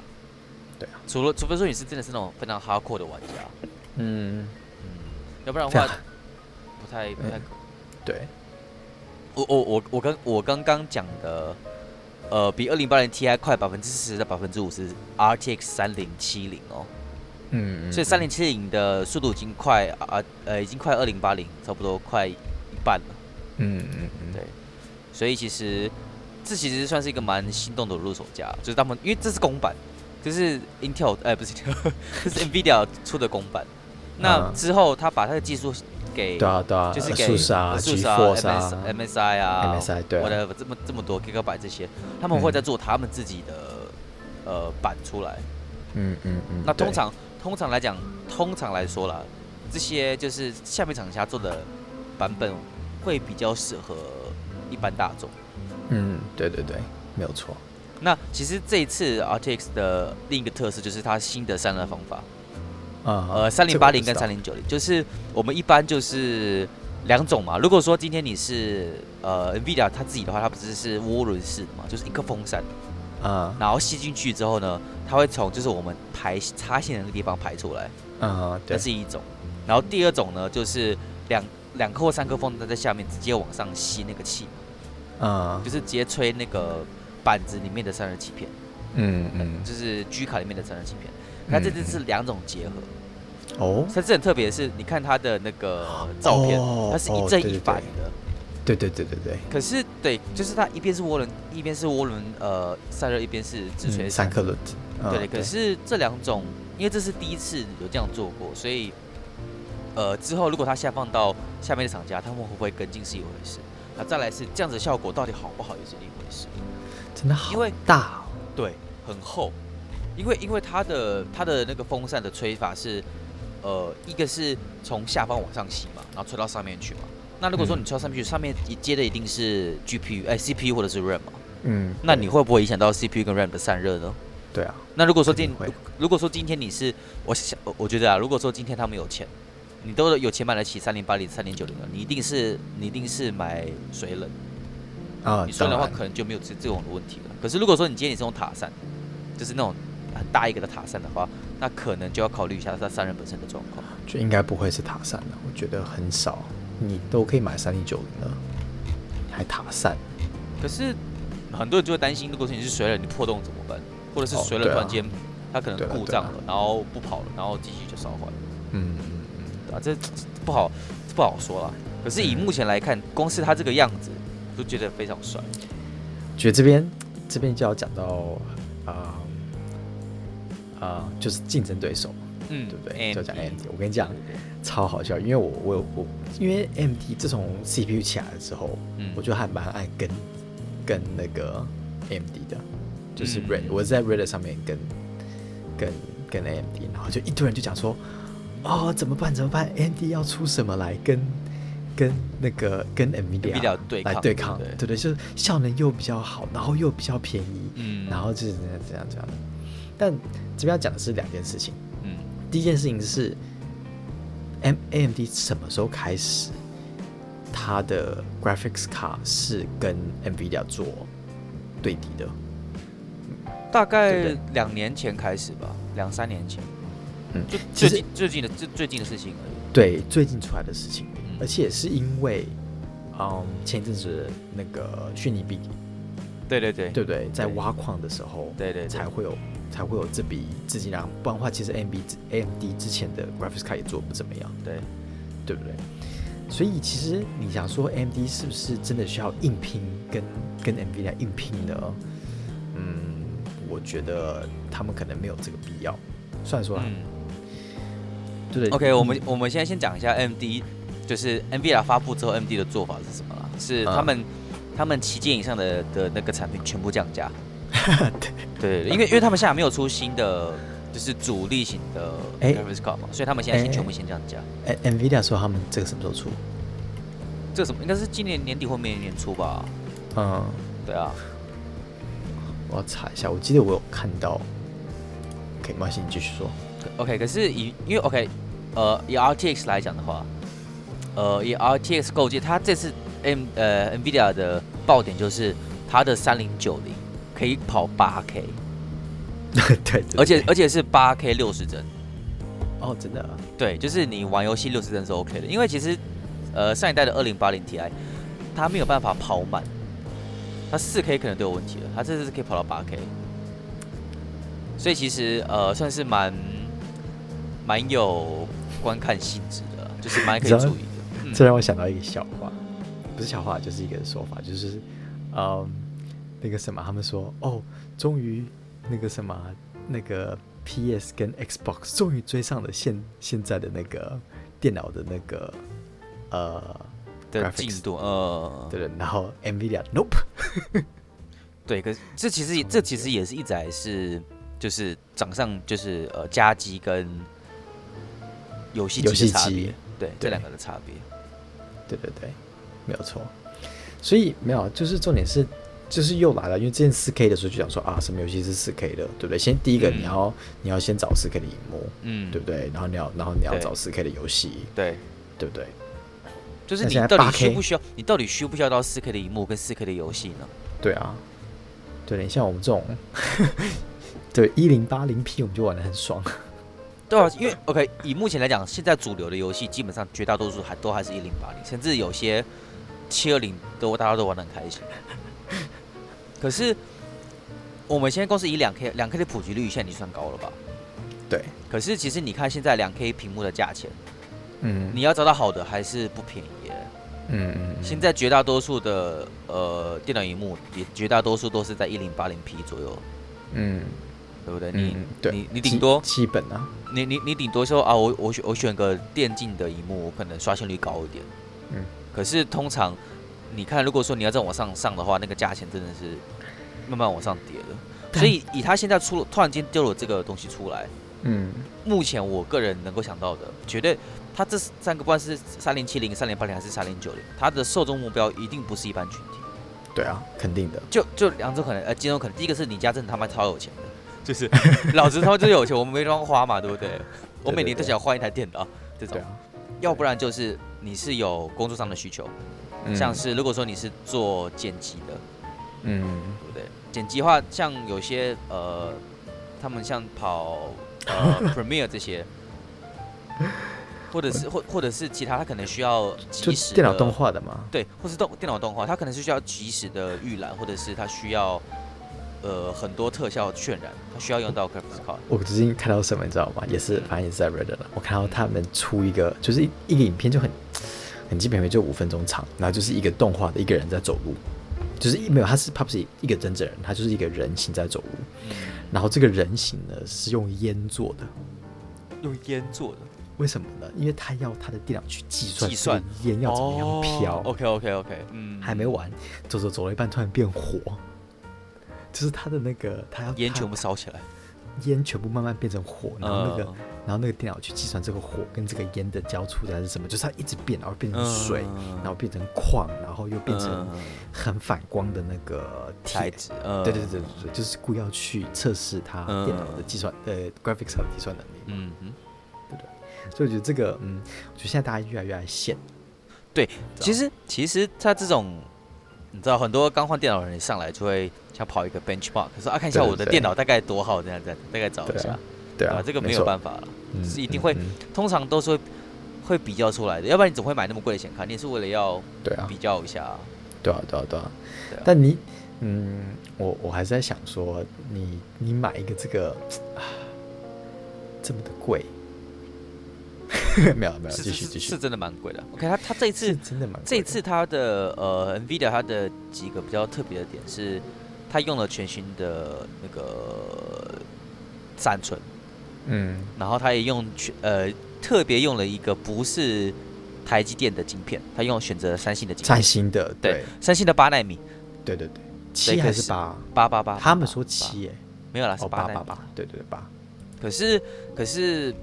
Speaker 2: 对啊，
Speaker 1: 除了除非说你是真的是那种非常 hardcore 的玩家，
Speaker 2: 嗯，
Speaker 1: 嗯，要不然的
Speaker 2: 这
Speaker 1: 话
Speaker 2: 样
Speaker 1: 不太不太
Speaker 2: 嗯
Speaker 1: 可
Speaker 2: 对，
Speaker 1: 我我我我刚我刚刚讲的，呃，比二零八零 Ti 快百分之十到百分之五十，RTX 三零七零哦。
Speaker 2: 嗯，
Speaker 1: 所以三零七零的速度已经快啊呃已经快二零八零，差不多快一半了。
Speaker 2: 嗯，嗯嗯嗯，
Speaker 1: 对，所以其实这其实算是一个蛮心动的入手价，就是他们因为这是公版，就是 Intel 哎、不是 <laughs> Intel，这是 Nvidia 出的公版。那
Speaker 2: 嗯
Speaker 1: 之后他把他的技术给
Speaker 2: 对啊对啊，
Speaker 1: 就是给
Speaker 2: 素啊、
Speaker 1: 呃
Speaker 2: G
Speaker 1: 素
Speaker 2: f
Speaker 1: 杀
Speaker 2: o r
Speaker 1: MS
Speaker 2: c 啊、
Speaker 1: MSI 啊
Speaker 2: MSI 对啊
Speaker 1: whatever 这么这么多 Gigabyte 这些，他们会
Speaker 2: 嗯
Speaker 1: 在做他们自己的呃版出来。
Speaker 2: 嗯嗯嗯，
Speaker 1: 那通
Speaker 2: 对
Speaker 1: 常通常来讲，通常来说啦，这些就是下面厂家做的版本会比较适合一般大众。
Speaker 2: 嗯，对对对，没有错。
Speaker 1: 那其实这一次 RTX 的另一个特色就是它新的散热方法，
Speaker 2: 啊、
Speaker 1: 呃，三零八零跟三零九零，就是我们一般就是两种嘛。如果说今天你是呃 NVIDIA 它自己的话，它不是是涡轮式的嘛，就是一个风扇，
Speaker 2: 啊
Speaker 1: 然后吸进去之后呢，它会从就是我们排插线的那个地方排出来。
Speaker 2: 啊，
Speaker 1: 这
Speaker 2: 对，
Speaker 1: 是一种。然后第二种呢，就是两两颗或三颗风扇在下面直接往上吸那个气，
Speaker 2: 啊
Speaker 1: 就是直接吹那个板子里面的散热欺骗，
Speaker 2: 嗯嗯，
Speaker 1: 就是居卡里面的散热欺骗。它这
Speaker 2: 嗯
Speaker 1: 次是两种结合，
Speaker 2: 哦，
Speaker 1: 它这很特别的是，你看它的那个照片，
Speaker 2: 哦
Speaker 1: 它是
Speaker 2: 哦
Speaker 1: 一正
Speaker 2: 对
Speaker 1: 一
Speaker 2: 对
Speaker 1: 反
Speaker 2: 对
Speaker 1: 的。
Speaker 2: 对对对对对，
Speaker 1: 可是对，就是它一边是涡轮，一边是涡轮呃散热，一边是自垂
Speaker 2: 嗯
Speaker 1: 散
Speaker 2: 三颗轮子，嗯
Speaker 1: 对，可是这两种，因为这是第一次有这样做过，所以，呃，之后如果它下放到下面的厂家，他们会不会跟进是一回事。那再来是这样子的效果到底好不好也是另一回事。
Speaker 2: 真的好
Speaker 1: 因为
Speaker 2: 大哦，
Speaker 1: 对，很厚，因为因为它的它的那个风扇的吹法是，呃，一个是从下方往上吸嘛，然后吹到上面去嘛。那如果说
Speaker 2: 嗯
Speaker 1: 你吹到上面去，上面一接的一定是 GPU 哎 CPU 或者是 RAM 嘛，
Speaker 2: 嗯，
Speaker 1: 那你
Speaker 2: 对
Speaker 1: 会不会影响到 CPU 跟 RAM 的散热呢？
Speaker 2: 对啊，
Speaker 1: 那如果说
Speaker 2: 肯
Speaker 1: 今
Speaker 2: 定会
Speaker 1: 如果说今天你是我想我我觉得啊，如果说今天他们有钱，你都有钱买得起三零八零、三零九零了，你一定是你一定是买水冷，
Speaker 2: 啊，
Speaker 1: 你水冷的话
Speaker 2: 当然
Speaker 1: 可能就没有这这种的问题了。可是如果说你今天你是用塔扇，就是那种很大一个的塔扇的话，那可能就要考虑一下它散热本身的状况。
Speaker 2: 就应该不会是塔山了，我觉得很少，你都可以买三零九零了，还塔山，
Speaker 1: 可是很多人就会担心，如果说你是水冷，你破洞怎么办？或者是
Speaker 2: 哦
Speaker 1: 水冷
Speaker 2: 对啊
Speaker 1: 突然间、它可
Speaker 2: 对
Speaker 1: 能
Speaker 2: 啊
Speaker 1: 故
Speaker 2: 对
Speaker 1: 障
Speaker 2: 啊
Speaker 1: 了，然后不跑了，然后继续就烧坏了。
Speaker 2: 嗯嗯嗯，
Speaker 1: 啊，这这不好这不好说啦。可是以目前来看，光是他这个样子，就觉得非常帅。
Speaker 2: 觉得这边这边就要讲到啊啊、就是竞争对手，
Speaker 1: 嗯
Speaker 2: 对不对？就讲
Speaker 1: AMD
Speaker 2: AMD，我跟你讲
Speaker 1: 对对对
Speaker 2: 超好笑，因为我我我因为 AMD 自从 CPU 起来了之后，
Speaker 1: 嗯
Speaker 2: 我就还蛮爱跟跟那个 AMD 的，就是
Speaker 1: 嗯
Speaker 2: Red，、我在 Red 上面跟跟跟 AMD，然后就一堆人就讲说，哦怎么办怎么办，AMD 要出什么来跟跟那个跟 NVIDIA
Speaker 1: NVIDIA 对抗
Speaker 2: 来对抗，
Speaker 1: 对
Speaker 2: 对
Speaker 1: 不对
Speaker 2: 对就是效能又比较好，然后又比较便宜，
Speaker 1: 嗯
Speaker 2: 然后就是这样这样这样的。但这边要讲的是两件事情，
Speaker 1: 嗯
Speaker 2: 第一件事情是，M A M D 什么时候开始，它的 graphics 卡是跟 NVIDIA 做对敌的？
Speaker 1: 大
Speaker 2: 对
Speaker 1: 概
Speaker 2: 不对
Speaker 1: 两年前开始吧，两三年前，
Speaker 2: 嗯，
Speaker 1: 就最
Speaker 2: 其实
Speaker 1: 近最近的最最近的事情而已。
Speaker 2: 对最近出来的事情
Speaker 1: 嗯，
Speaker 2: 而且是因为，嗯，前一阵子那个虚拟币，
Speaker 1: 对对对
Speaker 2: 对不对？在
Speaker 1: 对
Speaker 2: 挖矿的时候，
Speaker 1: 对对对
Speaker 2: 才会有才会有这笔资金量，不然的话，其实 M B A M D 之前的 graphics 卡也做不怎么样。
Speaker 1: 对
Speaker 2: 对不对？所以其实你想说，AMD 是不是真的需要硬拼跟跟 NVIDIA 硬拼呢？嗯，我觉得他们可能没有这个必要。虽然说啦，
Speaker 1: 嗯
Speaker 2: 对不对
Speaker 1: ，OK，我们
Speaker 2: <laughs> 嗯
Speaker 1: 我们现在先讲一下 AMD，就是 NVIDIA 发布之后 AMD 的做法是什么啦？是
Speaker 2: 啊
Speaker 1: 他们、他们旗舰以上的的那个产品全部降价。
Speaker 2: 对
Speaker 1: 对，
Speaker 2: 啊
Speaker 1: 因为因为他们现在没有出新的，就是主力型的
Speaker 2: 哎
Speaker 1: graphics card 嘛，所以他们现在先
Speaker 2: 哎
Speaker 1: 全部先降价。
Speaker 2: 哎 NVIDIA 说他们这个什么时候出？
Speaker 1: 这个什么应该是今年年底或明年年初吧？
Speaker 2: 嗯，
Speaker 1: 对啊，
Speaker 2: 我要查一下，我记得我有看到。OK，没关系，你继续说。 <laughs>
Speaker 1: 可 OK，可是以因为 OK，呃，以 RTX 来讲的话，呃，以 RTX 构建，它这次 M 呃 NVIDIA 的爆点就是它的三零九零可以跑八 K，
Speaker 2: 对对对
Speaker 1: 而且而且是八 K 六十帧。
Speaker 2: 哦，真的啊，
Speaker 1: 对，就是你玩游戏六十帧是 OK 的，因为其实呃上一代的二零八零 Ti 它没有办法跑满，它四 K 可能都有问题了，它这次是可以跑到八 K，所以其实呃算是蛮蛮有观看性质的啦，就是蛮可以
Speaker 2: 你知
Speaker 1: 注
Speaker 2: 道
Speaker 1: 意的。嗯
Speaker 2: 这让我想到一个笑话，不是笑话，就是一个说法，就是，嗯，那个什么，他们说，哦，终于那个什么，那个 PS 跟 Xbox 终于追上了现现在的那个电脑的那个呃
Speaker 1: 的
Speaker 2: graphics
Speaker 1: 进度，呃，
Speaker 2: 对对，然后 NVIDIA Nope，
Speaker 1: 对，可是这其实也这其实也是一直还是就是掌上就是呃家机跟游戏
Speaker 2: 游
Speaker 1: 机
Speaker 2: 戏
Speaker 1: 的差
Speaker 2: 机
Speaker 1: 别，对这
Speaker 2: 对
Speaker 1: 两个的差别。
Speaker 2: 对对对，没有错。所以没有，就是重点是，就是又来了，因为之前四 K 的时候就讲说啊，什么游戏是四 K 的，对不对？先第一个
Speaker 1: 嗯
Speaker 2: 你要、你要先找四 K 的荧幕，
Speaker 1: 嗯，
Speaker 2: 对不对？然后你要，然后你要
Speaker 1: 对
Speaker 2: 找四 K 的游戏，
Speaker 1: 对，
Speaker 2: 对不对？
Speaker 1: 就是
Speaker 2: 那
Speaker 1: 你
Speaker 2: 现在
Speaker 1: 到底
Speaker 2: 8K
Speaker 1: 需不需要？你到底需不需要到四 K 的荧幕跟四 K 的游戏呢？
Speaker 2: 对啊，对，你像我们这种， <laughs> 对一零八零 P 我们就玩的很爽。
Speaker 1: 对啊，因为 OK，以目前来讲，现在主流的游戏基本上绝大多数还都还是一零八零，甚至有些七二零都大家都玩的很开心。可是我们现在公司以两 K 两 K 的普及率现在已经算高了吧？
Speaker 2: 对，
Speaker 1: 可是其实你看现在两 K 屏幕的价钱，
Speaker 2: 嗯，
Speaker 1: 你要找到好的还是不便宜耶。
Speaker 2: 嗯嗯嗯，
Speaker 1: 现在绝大多数的呃电脑荧幕也绝大多数都是在一零八零 P 左右，
Speaker 2: 嗯
Speaker 1: 对不对？你、
Speaker 2: 嗯对，
Speaker 1: 你你顶
Speaker 2: 基
Speaker 1: 多
Speaker 2: 基本啊，
Speaker 1: 你你你顶多说啊，我我选我选个电竞的荧幕，我可能刷新率高一点。
Speaker 2: 嗯，
Speaker 1: 可是通常你看，如果说你要再往上上的话，那个价钱真的是慢慢往上跌了。
Speaker 2: 但
Speaker 1: 所以以他现在出了突然间丢了这个东西出来，
Speaker 2: 嗯
Speaker 1: 目前我个人能够想到的，绝对他这三个不管是三零七零、三零八零还是三零九零，他的受众目标一定不是一般群体。
Speaker 2: 对啊，肯定的，
Speaker 1: 就就两种可能，呃，几种可能。第一个是你家真的他妈超有钱的，就是 <laughs> 老子他妈就是有钱，我们没地方花嘛，对不
Speaker 2: <laughs>
Speaker 1: 对？我每年都想换一台电脑，这种
Speaker 2: 对。啊，
Speaker 1: 要不然就是你是有工作上的需求，
Speaker 2: 嗯
Speaker 1: 像是如果说你是做剪辑的，
Speaker 2: 嗯
Speaker 1: 对不对？剪辑的话，像有些呃，他们像跑呃
Speaker 2: <laughs>
Speaker 1: Premiere 这些，或者是或或者是其他，他可能需要
Speaker 2: 就
Speaker 1: 及时
Speaker 2: 电脑
Speaker 1: 的
Speaker 2: 动画的嘛，
Speaker 1: 对，或是动电脑动画，它可能是需要及时的预览，或者是它需要呃很多特效渲染，它需要用到 graphics card。
Speaker 2: 我最近看到什么你知道吗？也是
Speaker 1: 嗯，
Speaker 2: 反正也是在 Reddit 了。我看到他们出一个，就是一一个影片就很很基本，就五分钟长，然后就是一个动画的一个人在走路，就是一没有，他是他不是一个真正人，他就是一个人形在走路，
Speaker 1: 嗯，
Speaker 2: 然后这个人形呢是用烟做的。
Speaker 1: 用烟做的，
Speaker 2: 为什么呢？因为他要他的电脑去计算
Speaker 1: 计算哦
Speaker 2: 这个烟要怎么样飘。
Speaker 1: OK OK OK，嗯，
Speaker 2: 还没完，走走走了一半，突然变火，就是他的那个他要
Speaker 1: 烟
Speaker 2: 他
Speaker 1: 全部烧起来。
Speaker 2: 烟全部慢慢变成火，然后那个，
Speaker 1: 嗯
Speaker 2: 然后那个电脑去计算这个火跟这个烟的交出的还是什么，就是它一直变，然后变成水，
Speaker 1: 嗯
Speaker 2: 然后变成矿，然后又变成
Speaker 1: 嗯
Speaker 2: 很反光的那个
Speaker 1: 材
Speaker 2: 铁。
Speaker 1: 质，嗯
Speaker 2: 对对对对，对，就是故意要去测试它
Speaker 1: 嗯
Speaker 2: 电脑的计算，呃，graphics 的计算能力。
Speaker 1: 嗯嗯。
Speaker 2: 所以我觉得这个，嗯，我觉得现在大家越来越爱现，啊
Speaker 1: 其实其实他这种，你知道很多刚换电脑的人上来就会想跑一个 benchmark，说啊看一下
Speaker 2: 对对
Speaker 1: 我的
Speaker 2: 对
Speaker 1: 电脑大概多好，这样这样大概找一
Speaker 2: 对
Speaker 1: 下
Speaker 2: 啊，对啊，
Speaker 1: 这个没
Speaker 2: 没
Speaker 1: 有
Speaker 2: 错
Speaker 1: 办法了。
Speaker 2: 嗯
Speaker 1: 是一定
Speaker 2: 嗯
Speaker 1: 会
Speaker 2: 嗯
Speaker 1: 通常都是会会比较出来的，要不然你怎么会买那么贵的显卡？你也是为了要
Speaker 2: 对啊，
Speaker 1: 比较一下、啊。
Speaker 2: 对啊，对啊，对啊。
Speaker 1: 对啊
Speaker 2: 但你，嗯，我我还是在想说，你你买一个这个啊，这么的贵， <laughs> 没有没有，
Speaker 1: 是
Speaker 2: 啊继
Speaker 1: 是
Speaker 2: 续
Speaker 1: 是
Speaker 2: 继续
Speaker 1: 是，真的蛮贵的。OK，它它这一次
Speaker 2: 真的蛮贵的
Speaker 1: 这一次它的呃 NVIDIA 它的几个比较特别的点是，它用了全新的那个闪存，
Speaker 2: 嗯
Speaker 1: 然后它也用全呃特别用了一个不是台积电的晶片，它用选择三星的晶
Speaker 2: 崭
Speaker 1: 片，
Speaker 2: 新的，
Speaker 1: 对
Speaker 2: 对
Speaker 1: 三星的八纳米
Speaker 2: 对对对，七
Speaker 1: 可
Speaker 2: 还是
Speaker 1: 是
Speaker 2: 八？
Speaker 1: 八八八，
Speaker 2: 他们说
Speaker 1: 八，
Speaker 2: 七耶，
Speaker 1: 没有啦，是
Speaker 2: 哦
Speaker 1: 八纳
Speaker 2: 八八
Speaker 1: 米
Speaker 2: 八，对对对八，
Speaker 1: 可是，可是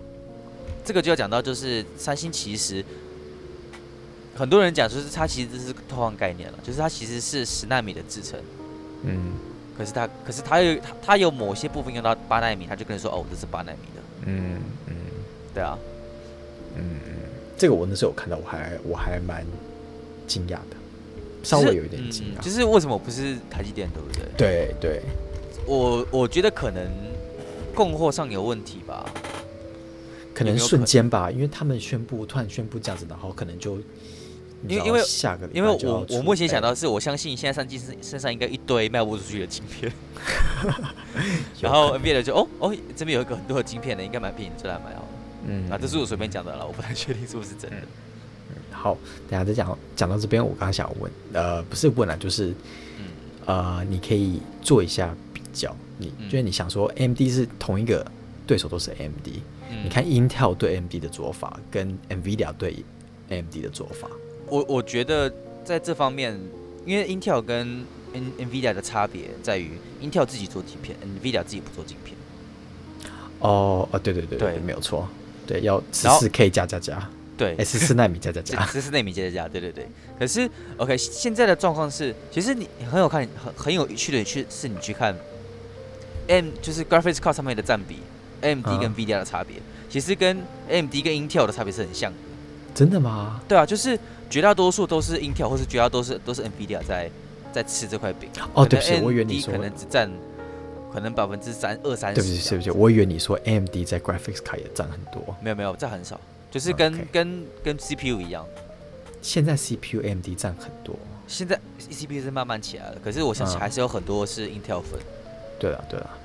Speaker 1: 这个就要讲到，就是三星其实很多人讲，就是它其实这是偷换概念了，就是它其实是十纳米的制程，
Speaker 2: 嗯
Speaker 1: 可是它，可是它有它它有某些部分用到八纳米，它就跟你说哦，这是八纳米的，
Speaker 2: 嗯嗯
Speaker 1: 对啊，
Speaker 2: 嗯嗯，这个我那时候有看到，我还我还蛮惊讶的，
Speaker 1: 其
Speaker 2: 稍
Speaker 1: 实
Speaker 2: 微有一点啊
Speaker 1: 嗯
Speaker 2: 惊讶，
Speaker 1: 就是为什么不是台积电，对不对？
Speaker 2: 对对，
Speaker 1: 我我觉得可能供货上有问题吧，
Speaker 2: 可
Speaker 1: 有
Speaker 2: 能
Speaker 1: 没有
Speaker 2: 瞬
Speaker 1: 可
Speaker 2: 间吧，因为他们宣布突然宣布这样子，然后可能就你
Speaker 1: 因为
Speaker 2: 知道
Speaker 1: 因为
Speaker 2: 下个礼
Speaker 1: 因为
Speaker 2: 拜就要
Speaker 1: 我我
Speaker 2: 出
Speaker 1: 目前想
Speaker 2: 来
Speaker 1: 到是我相信现在三星身身上应该一堆卖不出去的晶片。 <laughs>
Speaker 2: 嗯
Speaker 1: 然
Speaker 2: 有
Speaker 1: 后
Speaker 2: 可
Speaker 1: NVIDIA 就哦哦，这边有一个很多的晶片的，应该蛮便宜的，就来买好了。
Speaker 2: 嗯
Speaker 1: 啊，这是我随便讲的啦，我不太确定是不是真的。
Speaker 2: 好，等一下再讲讲到这边，我刚刚想问，呃，不是问啊，就是
Speaker 1: 嗯，
Speaker 2: 呃，你可以做一下比较，你
Speaker 1: 嗯
Speaker 2: 就是你想说 AMD 是同一个对手都是 AMD，
Speaker 1: 嗯
Speaker 2: 你看 Intel 对 AMD 的做法跟 NVIDIA 对 AMD 的做法，
Speaker 1: 我我觉得在这方面，因为 Intel 跟 N NVIDIA 的差别在于，Intel 自己做晶片，NVIDIA 自己不做晶片。
Speaker 2: 哦哦，对对对
Speaker 1: 对
Speaker 2: 没有错，对，要十
Speaker 1: 然后
Speaker 2: 四 K 加
Speaker 1: <laughs>
Speaker 2: 加加，
Speaker 1: 对
Speaker 2: 哎，，十四纳米加加
Speaker 1: 这
Speaker 2: 加，
Speaker 1: 这是内米接的价，对对对。可是 OK，现在的状况是，其实你很有看很很有趣的去是你去看 M 就是 graphics card 上面的占比，AMD
Speaker 2: 嗯
Speaker 1: 跟 NVIDIA 的差别，其实跟 AMD 跟 Intel 的差别是很像的。
Speaker 2: 真的吗？
Speaker 1: 对啊，就是绝大多数都是 Intel 或是绝大多数都是 NVIDIA 在在吃这块饼。
Speaker 2: 哦，对不起，
Speaker 1: 可能
Speaker 2: 我以为你
Speaker 1: AMD
Speaker 2: 说
Speaker 1: 可能只占可能百分之三二三十。
Speaker 2: 对不起，对不起，我以为你说 AMD 在 graphics 卡也占很多。
Speaker 1: 没有没有，这很少，就是跟
Speaker 2: OK
Speaker 1: 跟跟 CPU 一样，
Speaker 2: 现在 CPU AMD 占很多，
Speaker 1: 现在 CPU 是慢慢起来了，可是我相信
Speaker 2: 嗯
Speaker 1: 还是有很多是 Intel 粉。
Speaker 2: 对了对了，啊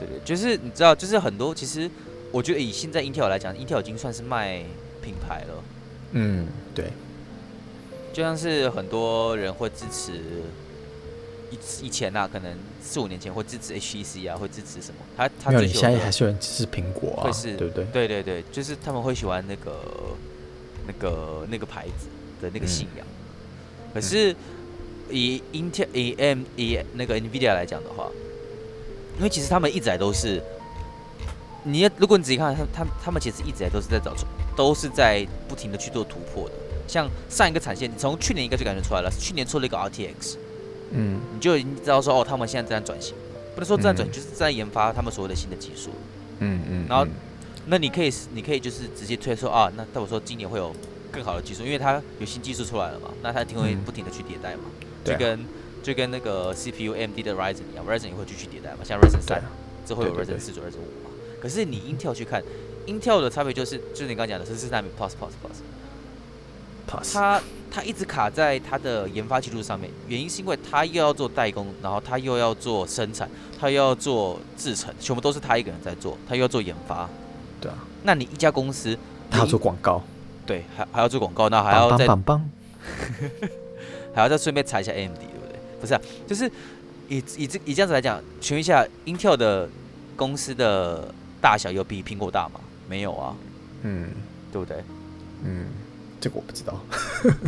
Speaker 1: 对对，就是你知道，就是很多其实我觉得以现在 Intel 来讲，Intel 已经算是卖品牌了，
Speaker 2: 嗯，对，
Speaker 1: 就像是很多人会支持。以以前啊，可能四五年前会支持 HEC 啊，会支持什么？他他
Speaker 2: 没有，
Speaker 1: 追
Speaker 2: 你
Speaker 1: 求
Speaker 2: 现在
Speaker 1: 的
Speaker 2: 还是有人支持苹果啊
Speaker 1: 会，是
Speaker 2: 对不对？
Speaker 1: 对对对，就是他们会喜欢那个那个那个牌子的那个
Speaker 2: 嗯
Speaker 1: 信仰。可是以 Intel 以 M 以那个 Nvidia 来讲的话，因为其实他们一直来都是，你要如果你仔细看，他他他们其实一直来都是在找出，都是在不停的去做突破的。像上一个产线，你从去年应该就感觉出来了，去年出了一个 RTX，
Speaker 2: 嗯
Speaker 1: 你就已经知道说哦，他们现在正在转型，不能说正在转型，
Speaker 2: 嗯
Speaker 1: 就是在研发他们所谓的新的技术。
Speaker 2: 嗯嗯，
Speaker 1: 然后
Speaker 2: 嗯
Speaker 1: 那你可以，你可以就是直接推说啊，那代表说今年会有更好的技术，因为它有新技术出来了嘛，那它一定会
Speaker 2: 嗯
Speaker 1: 不停的去迭代嘛，
Speaker 2: 对
Speaker 1: 就
Speaker 2: 啊
Speaker 1: 跟就跟那个 CPU AMD 的 Ryzen 一样，Ryzen 也会继续迭代嘛，像 Ryzen
Speaker 2: 对
Speaker 1: 三
Speaker 2: 啊，
Speaker 1: 之后有
Speaker 2: 对对嗯
Speaker 1: Ryzen 四、Ryzen 五嘛。可是你 Intel 去看，Intel 的差别就是，就是你刚刚讲的是四纳米 Plus Plus Plus，
Speaker 2: ，Plus，
Speaker 1: 它它一直卡在它的研发技术上面，原因是因为它又要做代工，然后它又要做生产，它又要做制程，全部都是它一个人在做，它又要做研发。
Speaker 2: 对啊，
Speaker 1: 那你一家公司，
Speaker 2: 他要做广告，
Speaker 1: 对，还还要做广告，那还要
Speaker 2: 棒
Speaker 1: 再
Speaker 2: 棒棒棒，
Speaker 1: 还要再顺便踩一下 AMD，对不对？不是啊，就是以以这以这样子来讲，请问一下，Intel 的公司的大小有比苹果大吗？没有啊，
Speaker 2: 嗯
Speaker 1: 对不对？
Speaker 2: 嗯，这个我不知道，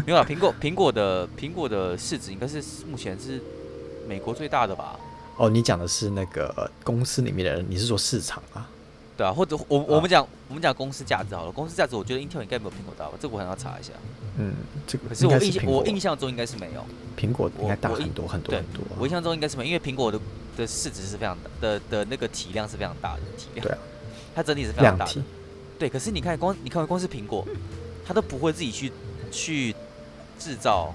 Speaker 1: 没有啊，苹果 <laughs> 苹果的苹果的市值应该是目前是美国最大的吧？
Speaker 2: 哦，你讲的是那个公司里面的人，你是说市场啊？
Speaker 1: 对啊，或者我我
Speaker 2: 啊
Speaker 1: 们讲、我们讲公司价值好了，公司价值我觉得 Intel 应该没有苹果大吧？这个我还要查一下。
Speaker 2: 嗯，这个
Speaker 1: 可是
Speaker 2: 应
Speaker 1: 我印
Speaker 2: 该是
Speaker 1: 象
Speaker 2: 苹果
Speaker 1: 我印象中应该是没有，
Speaker 2: 苹果应该大
Speaker 1: 我我印
Speaker 2: 很多很多
Speaker 1: 对
Speaker 2: 很多啊，
Speaker 1: 我印象中应该是没有，因为苹果的的市值是非常大的的那个体量是非常大的体量
Speaker 2: 对。啊，
Speaker 1: 它整体是非常
Speaker 2: 量
Speaker 1: 大的
Speaker 2: 体。，
Speaker 1: 对，可是你看光你看光是苹果，它都不会自己去去制造。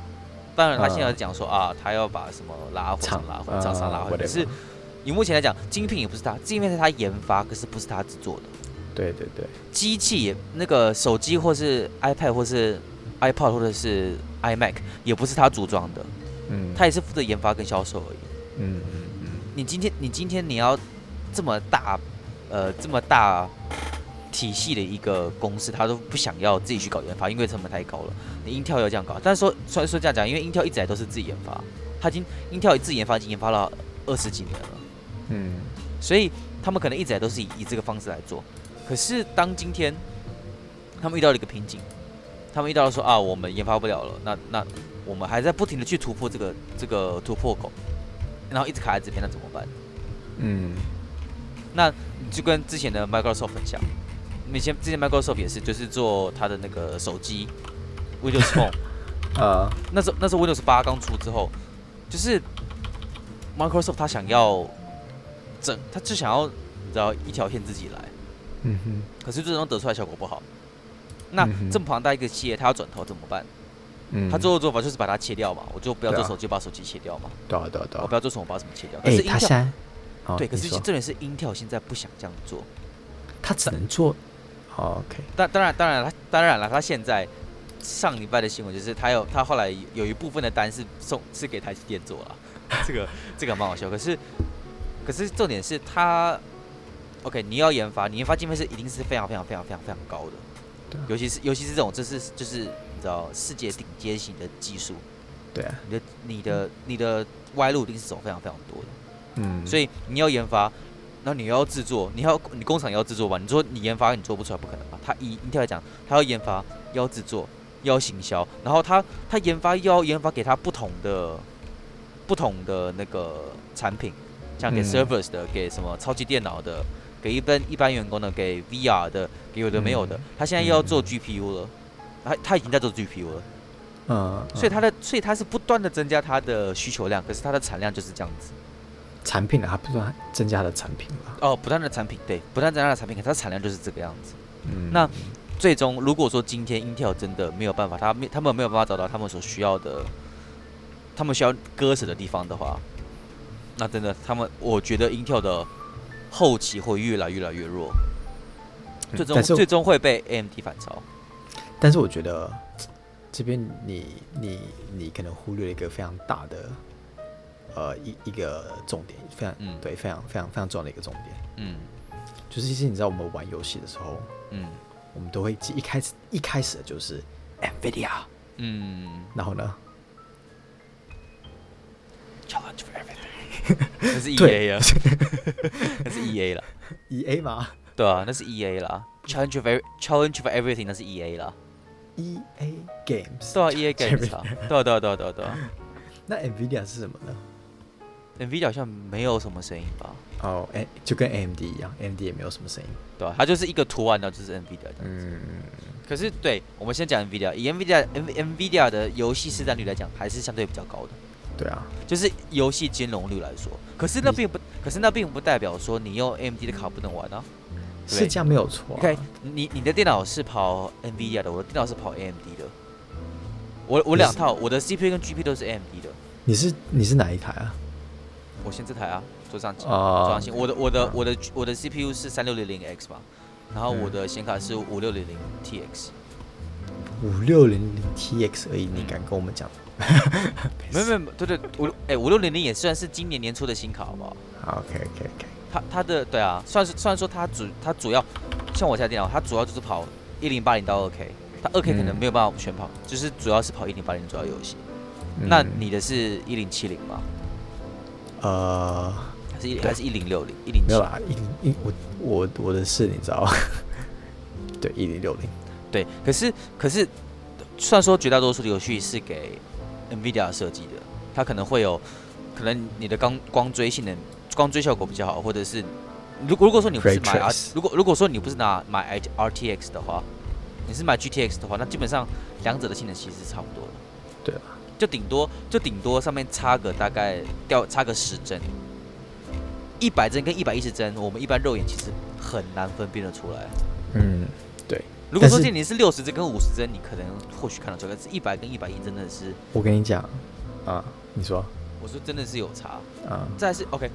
Speaker 1: 当然，他现在
Speaker 2: 嗯
Speaker 1: 讲说啊，他要把什么拉回
Speaker 2: 厂
Speaker 1: 厂拉回厂商拉
Speaker 2: 呃
Speaker 1: 回，可是
Speaker 2: whatever
Speaker 1: 以目前来讲，晶片也不是他，晶片是他研发，可是不是他制作的。
Speaker 2: 对对对，
Speaker 1: 机器也那个手机或是 iPad 或是 iPod 或者是 iMac 也不是他组装的，
Speaker 2: 嗯，
Speaker 1: 他也是负责研发跟销售而已。
Speaker 2: 嗯嗯嗯
Speaker 1: 你今天你今天你要这么大，呃，这么大体系的一个公司，他都不想要自己去搞研发，因为成本太高了。你 Intel 要这样搞，但是说虽然说这样讲，因为 Intel 一直以来都是自己研发，他已经 Intel 自己研发已经研发了二十几年了，
Speaker 2: 嗯，
Speaker 1: 所以他们可能一直以来都是以以这个方式来做。可是当今天他们遇到了一个瓶颈，他们遇到了说啊，我们研发不了了，那那我们还在不停的去突破这个这个突破口，然后一直卡在这边，那怎么办？
Speaker 2: 嗯，
Speaker 1: 那就跟之前的 Microsoft 很像，以前之前 Microsoft 也是，就是做它的那个手机 Windows
Speaker 2: <laughs>
Speaker 1: Phone，
Speaker 2: 呃，
Speaker 1: 那时候那时候 Windows 八刚出之后，就是 Microsoft 它想要整，它就想要你知道一条线自己来，
Speaker 2: 嗯哼，
Speaker 1: 可是最终得出来效果不好。那
Speaker 2: 嗯哼
Speaker 1: 这么庞大一个企业，它要转头怎么办？
Speaker 2: 嗯，
Speaker 1: 它最后做法就是把它切掉嘛，我就不要
Speaker 2: 对啊
Speaker 1: 做手机，把手机切掉嘛，
Speaker 2: 对啊对啊对
Speaker 1: 我
Speaker 2: 啊
Speaker 1: 不，要做什么，把什么切掉。可
Speaker 2: 哎，
Speaker 1: 是
Speaker 2: 他
Speaker 1: Intel
Speaker 2: 现在，哦
Speaker 1: 对，可
Speaker 2: 你
Speaker 1: 是
Speaker 2: 说
Speaker 1: 重点是 Intel 现在不想这样做。
Speaker 2: 他只能做哦，OK，
Speaker 1: 当当然当然他当然了，他现在上礼拜的新闻就是他有他后来有一部分的单是送是给台积电做
Speaker 2: <laughs>
Speaker 1: 了，这个这个蛮好笑。可是可是重点是他，OK，你要研发，你研发经费是一定是非常非常非常非常非常高的，
Speaker 2: 对啊
Speaker 1: 尤其是尤其是这种这是就是你知道世界顶尖型的技术，
Speaker 2: 对啊，
Speaker 1: 你的你的你的歪路一定是走非常非常多的。
Speaker 2: 嗯，
Speaker 1: 所
Speaker 2: 以
Speaker 1: 以你要研发，然后你又要制作，你还要你工厂也要制作吧？你说你研发你做不出来，不可能吧？他以 Intel 来讲，他要研发，要制作，要行销，然后他他研发又要研发给他不同的不同的那个产品，像给
Speaker 2: 嗯
Speaker 1: servers 的，给什么超级电脑的，给一般一般员工的，给 VR 的，给有的没有的。
Speaker 2: 嗯
Speaker 1: 他现在又要做 GPU 了，他他已经在做 GPU 了，
Speaker 2: 嗯，
Speaker 1: 所以
Speaker 2: 嗯
Speaker 1: 他的所以他是不断的增加他的需求量，可是他的产量就是这样子。
Speaker 2: 产品啊，他不断增加他的产品了，
Speaker 1: 哦，不断的产品，对，不断增加的产品，可它产量就是这个样子。
Speaker 2: 嗯，
Speaker 1: 那最终，如果说今天 Intel 真的没有办法，他没他们没有办法找到他们所需要的，他们需要割舍的地方的话，那真的他们，我觉得 Intel 的后期会越来越来越弱，
Speaker 2: 嗯
Speaker 1: 最终
Speaker 2: 但是
Speaker 1: 最终会被 AMD 反超。
Speaker 2: 但是我觉得这边你你你可能忽略了一个非常大的呃一一个重点，非常、
Speaker 1: 嗯
Speaker 2: 对，非常非常非常重要的一个重点，
Speaker 1: 嗯
Speaker 2: 就是其实你知道我们玩游戏的时候，
Speaker 1: 嗯
Speaker 2: 我们都会记一开始一开始的就是 NVIDIA，
Speaker 1: 嗯
Speaker 2: 然后呢，
Speaker 1: ，challenge for everything，那 <laughs> 是 E
Speaker 2: 对
Speaker 1: A 啊，那是 E A 了，
Speaker 2: E A 吗
Speaker 1: 对啊，那是 E A 啦，challenge for every- challenge for everything，那是 E A 啦，
Speaker 2: ？E A Games， <laughs>
Speaker 1: 对啊，E A games 啊，对啊对啊对啊对啊对啊
Speaker 2: 那 NVIDIA 是什么呢？
Speaker 1: ，NVIDIA 好像没有什么声音吧？
Speaker 2: 哦，哎，就跟 AMD 一样，AMD 也没有什么声音。
Speaker 1: 对啊，它就是一个图案呢，就是 NVIDIA 这样
Speaker 2: 嗯，
Speaker 1: 可是对，我们先讲 NVIDIA，以 NVIDIA N NVIDIA 的游戏市占率来讲，还是相对比较高的，
Speaker 2: 对啊，
Speaker 1: 就是游戏兼容率来说。可是那并不，可是那并不代表说你用 AMD 的卡不能玩啊。对
Speaker 2: 是这样没有错、啊。
Speaker 1: OK，你你的电脑是跑 NVIDIA 的，我的电脑是跑 AMD 的。我我两套，我的 CPU 跟 GP 都是 AMD 的。
Speaker 2: 你是你是哪一台啊？
Speaker 1: 我现在这台啊，桌上型，
Speaker 2: 哦
Speaker 1: 桌上型，我的我的我的我的 CPU 是三六零零 X 嘛，然后我的显卡是五六零零 TX。
Speaker 2: 五六零零 TX 而已，你敢跟我们讲？
Speaker 1: <laughs> 没有没有没有，对对，五哎五六零零也算是今年年初的新卡，好不好？
Speaker 2: 好，OK OK OK，
Speaker 1: 它它的对啊，虽然是虽然说它主它主要像我家电脑，它主要就是跑一零八零到二 K，它二 K 可能
Speaker 2: 嗯
Speaker 1: 没有办法全跑，就是主要是跑一零八零主要游戏。那
Speaker 2: 嗯
Speaker 1: 你的是一零七零吗？
Speaker 2: 呃
Speaker 1: 还是一
Speaker 2: 对
Speaker 1: 还是一零六零一零
Speaker 2: 没
Speaker 1: 七
Speaker 2: 有？啦，一一我我我的是你知道吗？ <laughs> 对，一零六零，
Speaker 1: 对，可是可是虽然说绝大多数的游戏是给 NVIDIA 设计的，它可能会有可能你的光光追性能光追效果比较好，或者是如果如果说你不是
Speaker 2: Ray
Speaker 1: 买 R
Speaker 2: trace
Speaker 1: 如果如果说你不是拿买 RTX 的话，你是买 GTX 的话，那基本上两者的性能其实是差不多的。
Speaker 2: 对啊，
Speaker 1: 就顶多就顶多上面差个大概掉差个十帧，一百帧跟一百一十帧，我们一般肉眼其实很难分辨得出来。
Speaker 2: 嗯，对，
Speaker 1: 如果说
Speaker 2: 但是
Speaker 1: 今年是六十帧跟五十帧，你可能或许看得出来，可是一百跟一百一真的是，
Speaker 2: 我跟你讲啊，你说
Speaker 1: 我说真的是有差。
Speaker 2: 啊，
Speaker 1: 再来是 OK，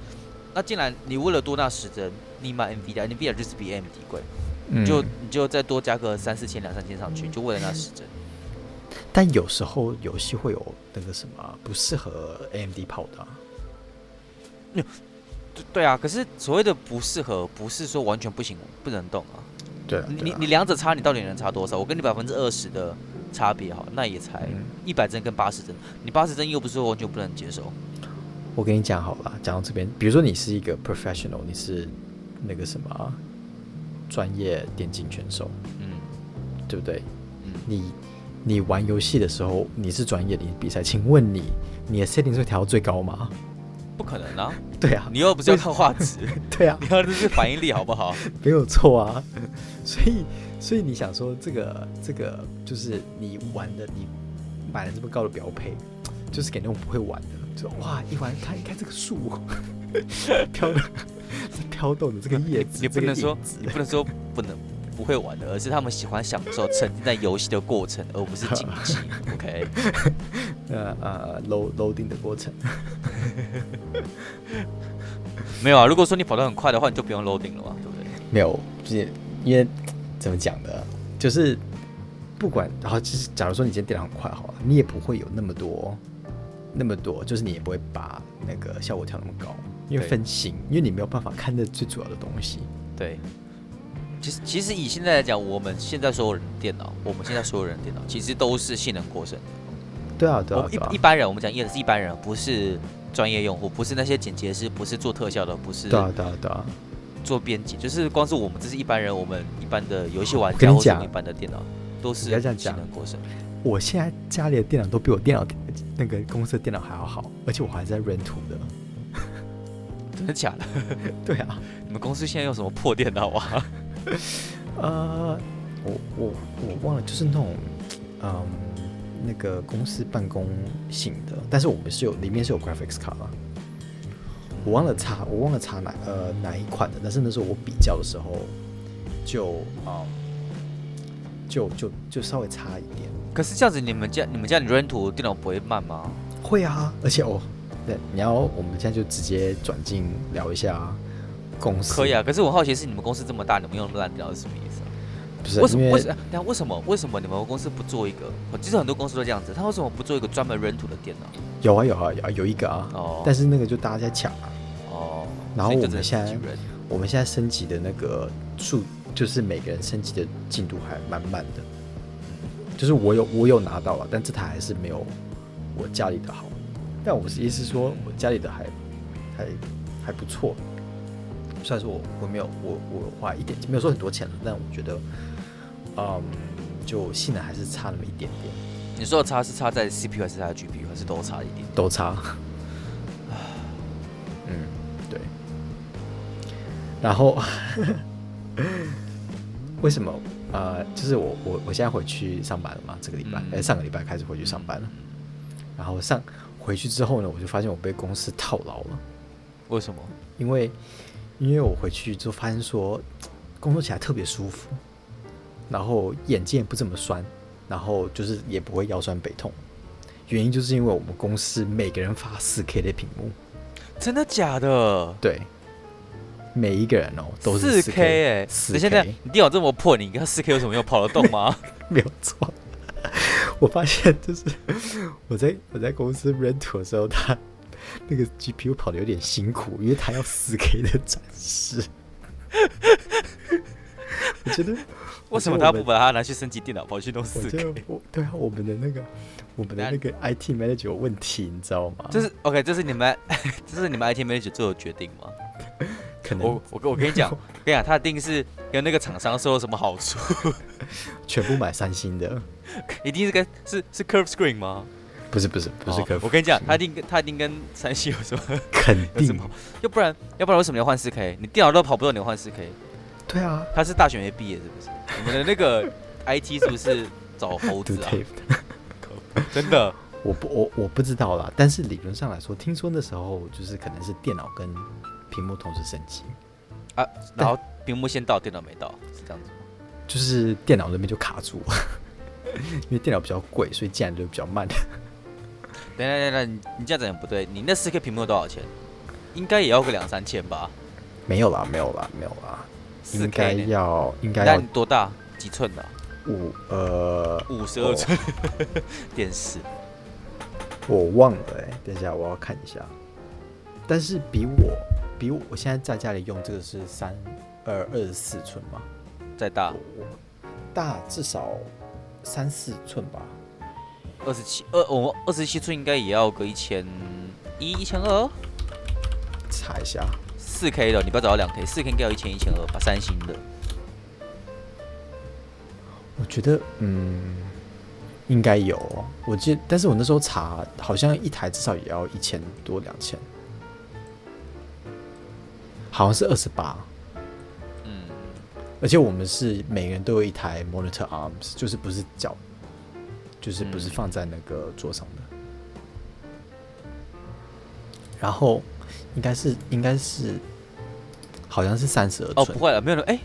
Speaker 1: 那既然你为了多那十帧，你买 NVIDIA，NVIDIA 就是比 AMD 贵，
Speaker 2: 嗯
Speaker 1: 就你就再多加个三四千、两三千上去，就为了那十帧。
Speaker 2: 但有时候游戏会有那个什么不适合 AMD 跑的啊、
Speaker 1: 对对啊，可是所谓的不适合，不是说完全不行不能动啊。
Speaker 2: 对啊，
Speaker 1: 你
Speaker 2: 对
Speaker 1: 你
Speaker 2: 啊
Speaker 1: 你两者差，你到底能差多少？我跟你百分之二十的差别好，那也才
Speaker 2: 嗯
Speaker 1: 一百帧跟八十帧，你八十帧又不是说完全不能接受。
Speaker 2: 我跟你讲好了，讲到这边，比如说你是一个 professional，你是那个什么啊专业电竞选手，
Speaker 1: 嗯
Speaker 2: 对不对？
Speaker 1: 嗯，
Speaker 2: 你你玩游戏的时候你是专业，你比赛，请问你你的 setting 是会调到最高吗？
Speaker 1: 不可能啊！
Speaker 2: 对啊，
Speaker 1: 你又不是要看画质，
Speaker 2: 对啊
Speaker 1: <laughs> 你，要的是反应力好不好？
Speaker 2: <laughs> 没有错啊。 <laughs> 所以所以你想说这个这个就是你玩的，你买了这么高的标配，就是给那种不会玩的，就哇一玩看一看这个树 <laughs> 飘的 <laughs> 飘动的这个叶子，
Speaker 1: 你不
Speaker 2: 这个
Speaker 1: 能说
Speaker 2: 影子
Speaker 1: 你不能说不能不会玩的，而是他们喜欢享受沉浸在游戏的过程，而不是竞
Speaker 2: <laughs>
Speaker 1: 技。OK，
Speaker 2: 呃呃 load loading 的过程。
Speaker 1: 没有啊。如果说你跑得很快的话，你就不用 loading 了嘛，对不对？
Speaker 2: 没有，就是因为怎么讲呢？就是不管，然后就是假如说你今天电脑很快好了，你也不会有那么多那么多，就是你也不会把那个效果调那么高，因为
Speaker 1: 对
Speaker 2: 分心，因为你没有办法看那最主要的东西。
Speaker 1: 对，其实其实以现在来讲，我们现在所有人的电脑，我们现在所有人的电脑其实都是性能过剩。
Speaker 2: 对啊，对
Speaker 1: 我
Speaker 2: 啊，
Speaker 1: 们
Speaker 2: 对啊
Speaker 1: 一一，般人，我们讲业的是一般人，不是专业用户，不是那些剪接师，不是做特效的，不是
Speaker 2: 对啊，对啊，对啊。
Speaker 1: 做编辑，就是光是我们这是一般人，我们一般的游戏玩
Speaker 2: 我跟
Speaker 1: 家
Speaker 2: 你
Speaker 1: 或者
Speaker 2: 讲
Speaker 1: 一般的电脑都是
Speaker 2: 不要这样
Speaker 1: 性
Speaker 2: 讲
Speaker 1: 能过剩。
Speaker 2: 我现在家里的电脑都比我电脑那个公司的电脑还要好，而且我还在 rent 图的。
Speaker 1: 真的假的？
Speaker 2: 对啊，
Speaker 1: <laughs> 你们公司现在用什么破电脑啊？
Speaker 2: 呃，我我我忘了，就是那种，嗯，那个公司办公型的，但是我们是有里面是有 graphics 卡嘛，我忘了查，我忘了查哪呃哪一款的，但是那时候我比较的时候就啊、就就就稍微差一点，
Speaker 1: <laughs> 可是这样子，你们家你们家你 rent 图电脑不会慢吗？
Speaker 2: 会啊，而且哦，那你要我们现在就直接转进聊一下公司，
Speaker 1: 可以啊，可是我好奇是你们公司这么大，你们用烂电脑是什么意思啊？
Speaker 2: 不是
Speaker 1: 为什
Speaker 2: 因
Speaker 1: 么？为
Speaker 2: 为
Speaker 1: 什么？但为什么？为什么你们公司不做一个？其实很多公司都这样子，他为什么不做一个专门 rental 的店呢？
Speaker 2: 有啊有啊有啊有一个啊，
Speaker 1: 哦
Speaker 2: 但是那个就大家在抢啊。
Speaker 1: 哦，
Speaker 2: 然后
Speaker 1: 所以
Speaker 2: 我
Speaker 1: 就只能
Speaker 2: 们现
Speaker 1: 自己
Speaker 2: 在
Speaker 1: rent
Speaker 2: 我们现在升级的那个速，就是每个人升级的进度还蛮慢的，就是我有我有拿到了，但这台还是没有我家里的好。但我是意思是说我家里的还还还不错，虽然说我我没有我我花一点没有说很多钱了，但我觉得，嗯，就性能还是差那么一点点，
Speaker 1: 你说的差是差在 CPU 还是差在 GPU 还是都差一点？
Speaker 2: 都差。嗯，对。然后 <laughs> 为什么？呃，就是我我我现在回去上班了嘛，这个礼拜，哎、
Speaker 1: 嗯
Speaker 2: 上个礼拜开始回去上班了。然后上回去之后呢，我就发现我被公司套牢了，
Speaker 1: 为什么？
Speaker 2: 因为因为我回去就发现说，工作起来特别舒服，然后眼睛也不怎么酸，然后就是也不会腰酸背痛。原因就是因为我们公司每个人发四 K 的屏幕，
Speaker 1: 真的假的？
Speaker 2: 对，每一个人哦都是
Speaker 1: 四
Speaker 2: K，
Speaker 1: K 哎，
Speaker 2: 4K
Speaker 1: 等一下等一下，你电脑这么破，你跟四 K 有什么用？跑得动吗？
Speaker 2: 没有错。我发现就是我在我在公司 rent 的时候，他那个 GPU 跑的有点辛苦，因为他要四 K 的展示。我觉得
Speaker 1: <laughs> 为什么
Speaker 2: <laughs> 我
Speaker 1: 他
Speaker 2: 觉得我
Speaker 1: 不
Speaker 2: 们
Speaker 1: 把它拿去升级电脑，跑去弄
Speaker 2: 我
Speaker 1: 四
Speaker 2: 觉
Speaker 1: K？
Speaker 2: 得我对啊，我们的那个我们的那个 IT manager 有问题，你知道吗？
Speaker 1: 这是 OK，这是你们 <laughs> 这是你们 IT manager 做的决定吗？
Speaker 2: 可能
Speaker 1: 我我跟我跟你
Speaker 2: <laughs>
Speaker 1: 讲，我跟你讲，他一定是跟那个厂商收了什么好处， <laughs>
Speaker 2: 全部买三星的，
Speaker 1: 一定是跟是是 Curve Screen 吗？
Speaker 2: 不是不是不是
Speaker 1: 哦
Speaker 2: 客服，
Speaker 1: 我跟你讲，他一定跟他一定跟三星有
Speaker 2: <laughs>
Speaker 1: 什么
Speaker 2: 肯
Speaker 1: 有什
Speaker 2: 定
Speaker 1: 么， <laughs> 要不然要不然为什么你要换四 K？你电脑都跑不动，你要换四 K？
Speaker 2: 对啊，
Speaker 1: 他是大学没毕业是不是？你们的那
Speaker 2: <laughs>
Speaker 1: 个 IT 是不是找猴
Speaker 2: 对
Speaker 1: 子啊？
Speaker 2: <laughs> 对。
Speaker 1: 真
Speaker 2: <laughs>
Speaker 1: 的。
Speaker 2: 我不我我不知道啦，但是理论上来说，听说那时候就是可能是电脑跟屏幕同时升级，
Speaker 1: 啊，然后屏幕先到，电脑没到，是这样子吗？
Speaker 2: 就是电脑那边就卡住， <laughs> 因为电脑比较贵，所以进来就比较慢。
Speaker 1: 等等等等，你你这样讲也不对，你那四 K 屏幕多少钱？应该也要个两三千吧？
Speaker 2: <laughs> 没有啦，没有啦，没有啦，
Speaker 1: 四
Speaker 2: 应该
Speaker 1: K 呢？
Speaker 2: 要应该
Speaker 1: 那
Speaker 2: 要
Speaker 1: 你多大？几寸的啊？
Speaker 2: 五呃，
Speaker 1: 五十二寸 <laughs> 电视。
Speaker 2: 我忘了哎、等一下我要看一下，但是比我比我我现在在家里用这个是三呃二十四寸嘛，
Speaker 1: 再大
Speaker 2: 我，我大至少三四寸吧，
Speaker 1: 二十七二，我们二十七寸应该也要个一千一、一千二。
Speaker 2: 查一下。
Speaker 1: 四 K 的，你不要找到两 K，四 K 应该要一千、一千二吧？三星的，
Speaker 2: 我觉得，嗯，应该有哦。我记得，但是我那时候查，好像一台至少也要一千多两千，好像是二十八。
Speaker 1: 嗯，
Speaker 2: 而且我们是每个人都有一台 monitor arms，就是不是脚，就是不是
Speaker 1: 嗯
Speaker 2: 放在那个桌上的。然后应该是应该是，好像是三十二
Speaker 1: 哦，
Speaker 2: 寸
Speaker 1: 不。会了，没有人，哎、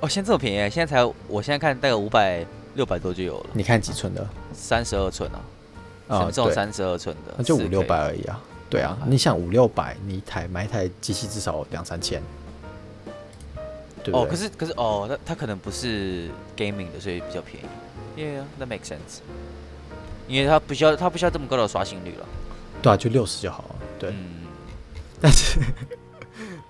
Speaker 1: 哦，现在这么便宜，现在才，我现在看大概五百、六百多就有了，
Speaker 2: 你看几寸的？
Speaker 1: 三十二寸啊，
Speaker 2: 啊
Speaker 1: 神送
Speaker 2: 对
Speaker 1: 三十二寸的，
Speaker 2: 那就五
Speaker 1: 4K
Speaker 2: 六百而已啊。对啊，你想五六百，你一台买一台机器至少两三千，对不对？
Speaker 1: 哦，可是可是哦，那它可能不是 gaming 的，所以比较便宜。Yeah，that makes sense。因为它不需要它不需要这么高的刷新率了。
Speaker 2: 对啊，就六十就好了。对，
Speaker 1: 嗯，
Speaker 2: 但是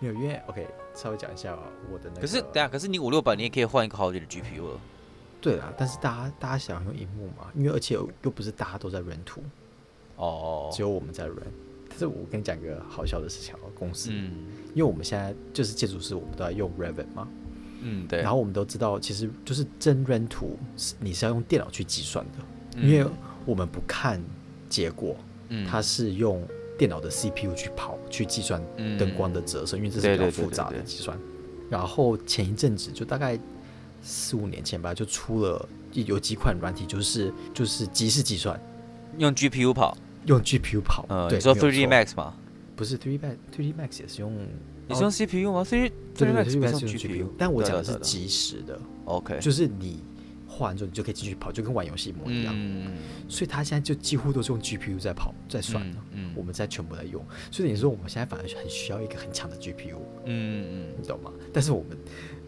Speaker 2: 没有因为 OK，稍微讲一下我的那个。
Speaker 1: 可是等下，可是你五六百你也可以换一个好一点的 GPU 了。
Speaker 2: 对啦，但是大家大家想用荧幕嘛，因为而且又不是大家都在 run 图，
Speaker 1: 哦
Speaker 2: 只，有我们在 run。但是我跟你讲一个好笑的事情哦，公司，
Speaker 1: 嗯
Speaker 2: 因为我们现在就是建筑师，我们都在用 Revit 嘛，
Speaker 1: 嗯对。
Speaker 2: 然后我们都知道，其实就是真 run 图是你是要用电脑去计算的，
Speaker 1: 嗯
Speaker 2: 因为我们不看结果，
Speaker 1: 嗯
Speaker 2: 它是用电脑的 CPU 去跑去计算灯光的折射，因为这是
Speaker 1: 嗯对
Speaker 2: 比较
Speaker 1: 对对
Speaker 2: 复杂
Speaker 1: 对
Speaker 2: 的
Speaker 1: 对
Speaker 2: 计算。然后前一阵子就大概四五年前吧，就出了有几款软体，就是就是即时计算，
Speaker 1: 用 GPU 跑。
Speaker 2: 用 GPU 跑。
Speaker 1: 呃，
Speaker 2: 对，
Speaker 1: 你说
Speaker 2: 没有
Speaker 1: 3D
Speaker 2: 错
Speaker 1: Max 吗？
Speaker 2: 不是 3D Max，3D Max 也是用。
Speaker 1: 你是用 CPU 吗？3D
Speaker 2: 对
Speaker 1: 3D
Speaker 2: 对对
Speaker 1: Max 不
Speaker 2: ，3D
Speaker 1: 是
Speaker 2: Max 用 GPU，
Speaker 1: GPU，
Speaker 2: 但我
Speaker 1: 对
Speaker 2: 讲的
Speaker 1: 对
Speaker 2: 是
Speaker 1: 对
Speaker 2: 即时的，
Speaker 1: OK，
Speaker 2: 就是你画完之后你就可以继续跑，就跟玩游戏一模一样。
Speaker 1: 嗯
Speaker 2: 所以它现在就几乎都是用 GPU 在跑在算了，
Speaker 1: 嗯嗯
Speaker 2: 我们在全部在用，所以你说我们现在反而很需要一个很强的 GPU，
Speaker 1: 嗯嗯
Speaker 2: 你懂吗？但是我们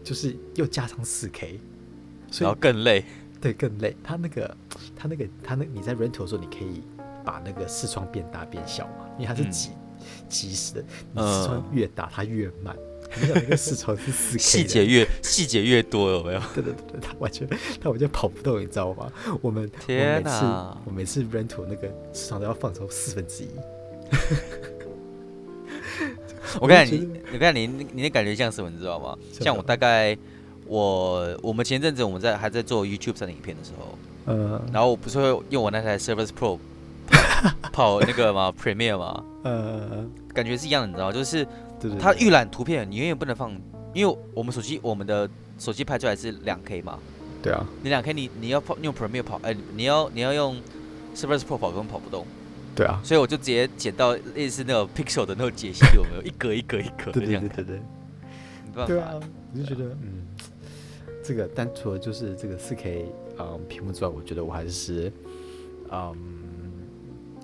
Speaker 2: 就是又加上四 K，所
Speaker 1: 然后
Speaker 2: 以
Speaker 1: 更累。
Speaker 2: 对更累。他那个他那个他那你在 rental 的时候，你可以把那个视窗变大变小嘛，因为它是
Speaker 1: 嗯
Speaker 2: 即即时的，你
Speaker 1: 嗯
Speaker 2: 视窗越大它越慢。你想那个视窗是四 K
Speaker 1: 细节越细节越多，有没有？
Speaker 2: 对对对，他完全他完全跑不动，你知道吗？我们
Speaker 1: 天哪
Speaker 2: 哪，我每次 rental 那个时长都要放超四分之一。
Speaker 1: <laughs> 我看
Speaker 2: 觉得
Speaker 1: 你，我看你，你的感觉像什么，你知道吗？
Speaker 2: 像
Speaker 1: 像
Speaker 2: 什
Speaker 1: 我
Speaker 2: 么
Speaker 1: 大概，我我们前阵子我们在还在做 YouTube 上的影片的时候，
Speaker 2: 呃
Speaker 1: 然后我不是会用我那台 Service Pro 跑 <laughs> 那个嘛 Premiere 嘛，
Speaker 2: 呃，
Speaker 1: 感觉是一样的，你知道吗？就是
Speaker 2: 对对，
Speaker 1: 它
Speaker 2: 对
Speaker 1: 预览图片你永远不能放，因为我们手机我们的手机拍出来是两 K 嘛，
Speaker 2: 对啊，
Speaker 1: 你两 K 你你要跑用 Premiere 跑，哎、你要你要用 Service Pro 跑根本跑不动，
Speaker 2: 对啊，
Speaker 1: 所以我就直接剪到类似那种 Pixel 的那种解析，有没有？一格一格一格的
Speaker 2: 对
Speaker 1: 这
Speaker 2: 对
Speaker 1: 样
Speaker 2: 对
Speaker 1: 看，
Speaker 2: 对对，
Speaker 1: 没办
Speaker 2: 对
Speaker 1: 法。
Speaker 2: 啊，我就觉得嗯，这个但除了就是这个四 K 嗯屏幕之外，我觉得我还是嗯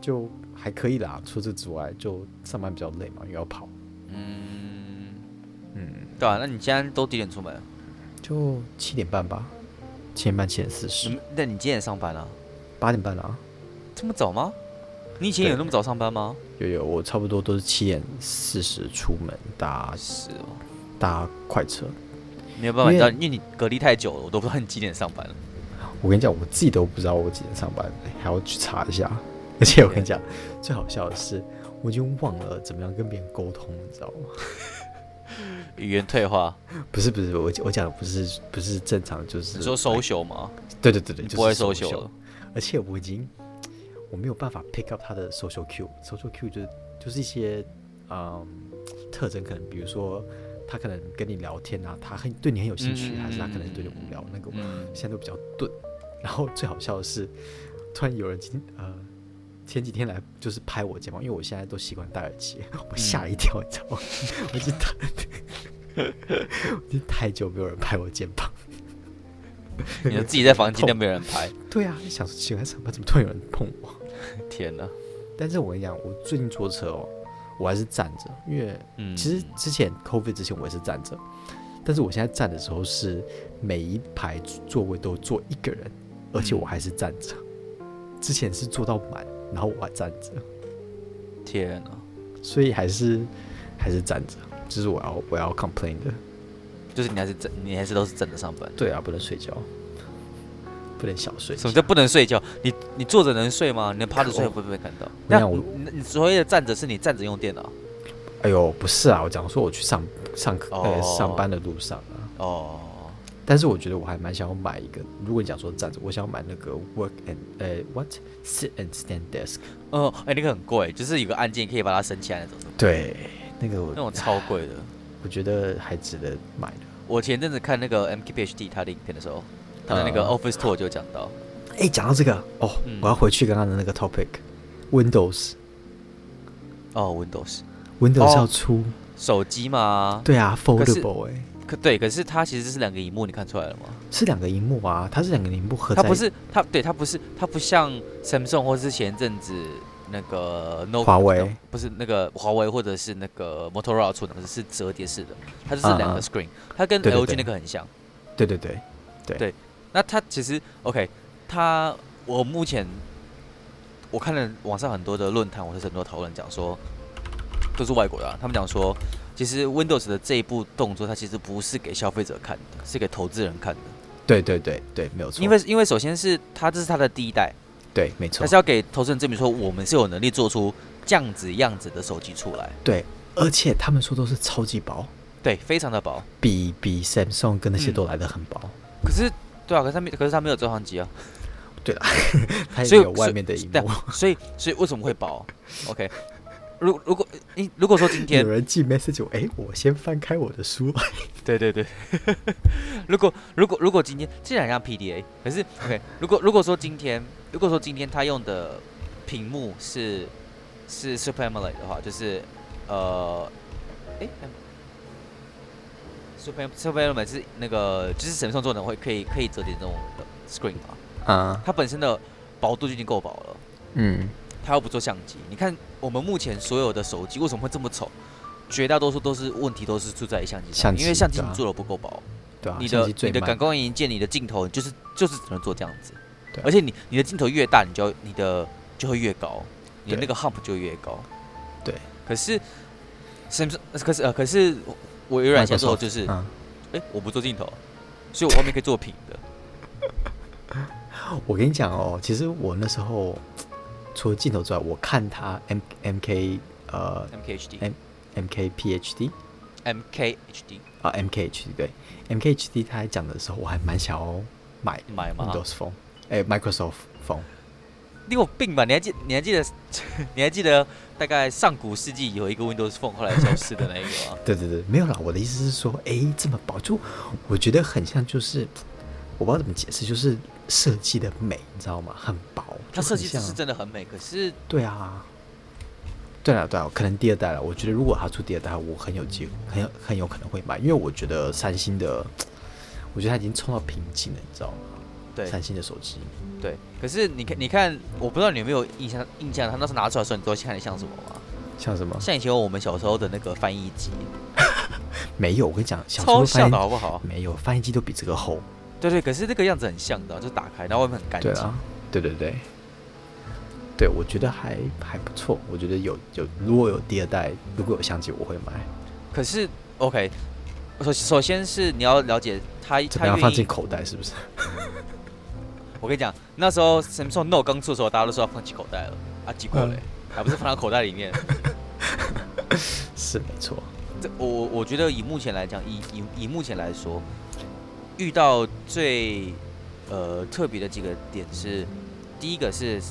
Speaker 2: 就还可以啦。除这之外，就上班比较累嘛，又要跑，
Speaker 1: 嗯，
Speaker 2: 嗯，
Speaker 1: 对啊，那你今天都几点出门？
Speaker 2: 就七点半吧，七点半七点四
Speaker 1: 你
Speaker 2: 十，
Speaker 1: 们那你几点上班啊？
Speaker 2: 八点半啊。
Speaker 1: 这么早吗？你以前
Speaker 2: 对
Speaker 1: 有那么早上班吗？
Speaker 2: 有有，我差不多都是七点四十出门搭
Speaker 1: 是哦，
Speaker 2: 搭快车。
Speaker 1: 没有办法，你
Speaker 2: 因
Speaker 1: 知道，
Speaker 2: 为
Speaker 1: 因为你隔离太久了，我都不知道你几点上班了。
Speaker 2: 我跟你讲，我自己都不知道我几点上班，还要去查一下。 <laughs> 而且我跟你讲，最好笑的是，我已经忘了怎么样跟别人沟通，你知道吗？ <laughs>
Speaker 1: 语言退化，
Speaker 2: 不是不是，我我讲的不是不是正常，就是
Speaker 1: 你说 social 吗？
Speaker 2: 对对对对，
Speaker 1: 你
Speaker 2: 就是
Speaker 1: 不会
Speaker 2: social
Speaker 1: social 了。
Speaker 2: 而且我已经我没有办法 pick up 他的 social cue，social cue 就是就是一些嗯特征，可能比如说他可能跟你聊天啊，他很对你很有兴趣，
Speaker 1: 嗯
Speaker 2: 还是他可能对你无聊，那个我
Speaker 1: 嗯，
Speaker 2: 现在都比较钝。 <laughs> 然后最好笑的是，突然有人今呃前几天来就是拍我肩膀，因为我现在都习惯戴耳机， <laughs> 我吓一跳，你知道吗？我已经太 <laughs> 我已经太久没有人拍我肩膀。
Speaker 1: 你就自己在房间
Speaker 2: 痛
Speaker 1: 都没有人拍，
Speaker 2: 对啊，想说奇怪，上班怎么突然有人碰我？
Speaker 1: 天哪！
Speaker 2: 但是我跟你讲，我最近坐车哦，我还是站着，因为
Speaker 1: 嗯，
Speaker 2: 其实之前 COVID 之前我也是站着，但是我现在站的时候是每一排座位都坐一个人，而且我还是站着。之前是坐到满，然后我还站着，
Speaker 1: 天哪，
Speaker 2: 所以还是还是站着，这是我要我要 complain 的。
Speaker 1: 就是你还是真，你还是都是真的上班。
Speaker 2: 对啊，不能睡觉，不能小睡一下。
Speaker 1: 什么叫不能睡觉？你你坐着能睡吗？你能趴着睡
Speaker 2: 哦
Speaker 1: 会不会看到？
Speaker 2: 没
Speaker 1: 那
Speaker 2: 有我
Speaker 1: 你你所谓的站着是你站着用电脑
Speaker 2: 哎呦，不是啊，我讲说我去上上课、呃
Speaker 1: 哦
Speaker 2: 上班的路上啊。
Speaker 1: 哦，
Speaker 2: 但是我觉得我还蛮想要买一个，如果你讲说站着，我想要买那个 work and 呃 what sit and stand desk，
Speaker 1: 嗯，哎，那个很贵，就是有个按键可以把它升起来那种，
Speaker 2: 对，那个
Speaker 1: 那
Speaker 2: 我
Speaker 1: 种超贵的。
Speaker 2: 我觉得还值得买的。
Speaker 1: 我前阵子看那个 MKPHD 他的影片的时候，他的那个
Speaker 2: 呃
Speaker 1: Office Tour 就讲到，
Speaker 2: 哎，讲到这个哦，
Speaker 1: 嗯
Speaker 2: 我要回去刚刚的那个 topic，Windows
Speaker 1: 哦，Windows
Speaker 2: Windows
Speaker 1: 哦
Speaker 2: 要出，
Speaker 1: 手机嘛，
Speaker 2: 对啊
Speaker 1: 是
Speaker 2: ，foldable 哎、
Speaker 1: 可对，可是它其实是两个荧幕，你看出来了吗？
Speaker 2: 是两个荧幕啊，它是两个荧幕合在，
Speaker 1: 它不是它，对它不是它不像 Samsung 或是前阵子那个 No
Speaker 2: 华为
Speaker 1: 不是那个华为或者是那个 Motorola 出的，是折叠式的，它就是
Speaker 2: 嗯
Speaker 1: 两个
Speaker 2: 嗯
Speaker 1: screen，、它跟
Speaker 2: 对对
Speaker 1: LG
Speaker 2: 对
Speaker 1: 那个很像。
Speaker 2: 对对对，
Speaker 1: 那它其实 OK，它我目前我看了网上很多的论坛，或者是很多讨论讲说，都是外国的啊、他们讲说，其实 Windows 的这一步动作，它其实不是给消费者看的，是给投资人看的，
Speaker 2: 对对对对，没有错，
Speaker 1: 因为因为首先是它这是它的第一代，
Speaker 2: 对没错
Speaker 1: 它是，要给投资人证明说，我们是有能力做出这样子样子的手机出来，
Speaker 2: 对，而且他们说都是超级薄，
Speaker 1: 对，非常的薄。
Speaker 2: 比比 Samsung 跟那些
Speaker 1: 嗯
Speaker 2: 都来的很薄，
Speaker 1: 可是对啊，可是它没，可是它没有照相机啊，
Speaker 2: 它也
Speaker 1: 所以
Speaker 2: 没有外面的荧
Speaker 1: 对
Speaker 2: 幕
Speaker 1: 啊。所以所以为什么会薄？OK，如如果你如果说今天
Speaker 2: <laughs> 有人寄 message 我，哎、我先翻开我的书。
Speaker 1: 对对 <laughs> 对，如果如果如果今天既然像 PDA，可是 OK，如果如果说今天如果说今天他用的屏幕是是 Super AMOLED 的话，就是呃，诶 m Super Super AMOLED 是那个就是神送做的会可以可以折叠这种的 screen 嘛，
Speaker 2: 啊，
Speaker 1: 它本身的薄度就已经够薄了，
Speaker 2: <laughs> 嗯，
Speaker 1: 它又不做相机，你看我们目前所有的手机为什么会这么丑？绝大多数都是问题，都是出在于相机上面，
Speaker 2: 相
Speaker 1: 因为
Speaker 2: 机
Speaker 1: 相机
Speaker 2: 对
Speaker 1: 你
Speaker 2: 啊
Speaker 1: 做的不够薄。
Speaker 2: 对啊，
Speaker 1: 你
Speaker 2: 相
Speaker 1: 的
Speaker 2: 机最
Speaker 1: 你的
Speaker 2: 慢
Speaker 1: 感光元件、你的镜头，就是就是只能做这样子。
Speaker 2: 对啊
Speaker 1: 而且你你的镜头越大，你就要你的就会越高，你的
Speaker 2: 对
Speaker 1: 那个 hump 就越高。
Speaker 2: 对。
Speaker 1: 可是 Samsung，可是呃，可是微软现在做的
Speaker 2: Microsoft，
Speaker 1: 就是，哎、
Speaker 2: 嗯，
Speaker 1: 我不做镜头，所以我外面可以做平的。
Speaker 2: 我跟你讲哦，其实我那时候除了镜头之外，我看他 M M K 呃
Speaker 1: MKHD
Speaker 2: M-。M K P H D
Speaker 1: MKHD
Speaker 2: 啊 M K H D 对 M K H D 他在讲的时候，我还蛮想要买
Speaker 1: 买吗？
Speaker 2: Windows Phone，哎、Microsoft Phone，
Speaker 1: 你有病吧？你还记你还记得 <laughs> 你还记得大概上古世纪有一个 Windows Phone 后来消失的那一
Speaker 2: <laughs>
Speaker 1: 个吗？
Speaker 2: 对对对，没有啦，我的意思是说，哎，这么薄，就我觉得很像就是我不知道怎么解释，就是设计的美，你知道吗？很薄，
Speaker 1: 它
Speaker 2: 就
Speaker 1: 设
Speaker 2: 很
Speaker 1: 计师
Speaker 2: 像
Speaker 1: 是真的很美，可是
Speaker 2: 对啊，对啊，对啊，可能第二代了。我觉得如果它出第二代，我很有机会，很有很有可能会买，因为我觉得三星的，我觉得它已经冲到瓶颈了，你知道吗？
Speaker 1: 对
Speaker 2: 三星的手机，
Speaker 1: 对，可是你看，你看，我不知道你有没有印象，印象他那时候拿出来的时候，你都看得像什么吗？
Speaker 2: 像什么？
Speaker 1: 像以前我们小时候的那个翻译机，
Speaker 2: 没有，我跟你讲，小时
Speaker 1: 超
Speaker 2: 候翻
Speaker 1: 像
Speaker 2: 译
Speaker 1: 的好不好？
Speaker 2: 没有翻译机都比这个厚。
Speaker 1: 对对，可是那个样子很像的，就打开，然后外面很干
Speaker 2: 对
Speaker 1: 净。
Speaker 2: 啊，对对对，对我觉得还还不错。我觉得有有，如果有第二代，如果有相机，我会买。
Speaker 1: 可是 OK，首首先是你要了解他，
Speaker 2: 怎
Speaker 1: 他
Speaker 2: 么样放
Speaker 1: 愿
Speaker 2: 进
Speaker 1: 意。
Speaker 2: 口袋？是不 <laughs> 是？
Speaker 1: 我跟你讲，那时候 Samsung Note 刚出的时候，大家都说要放进口袋了，啊，结果嘞，还不是放到口袋里面。 <laughs>
Speaker 2: 是没错。
Speaker 1: 这我我我觉得以目前来讲，以以以目前来说，遇到最呃特别的几个点是，第一个是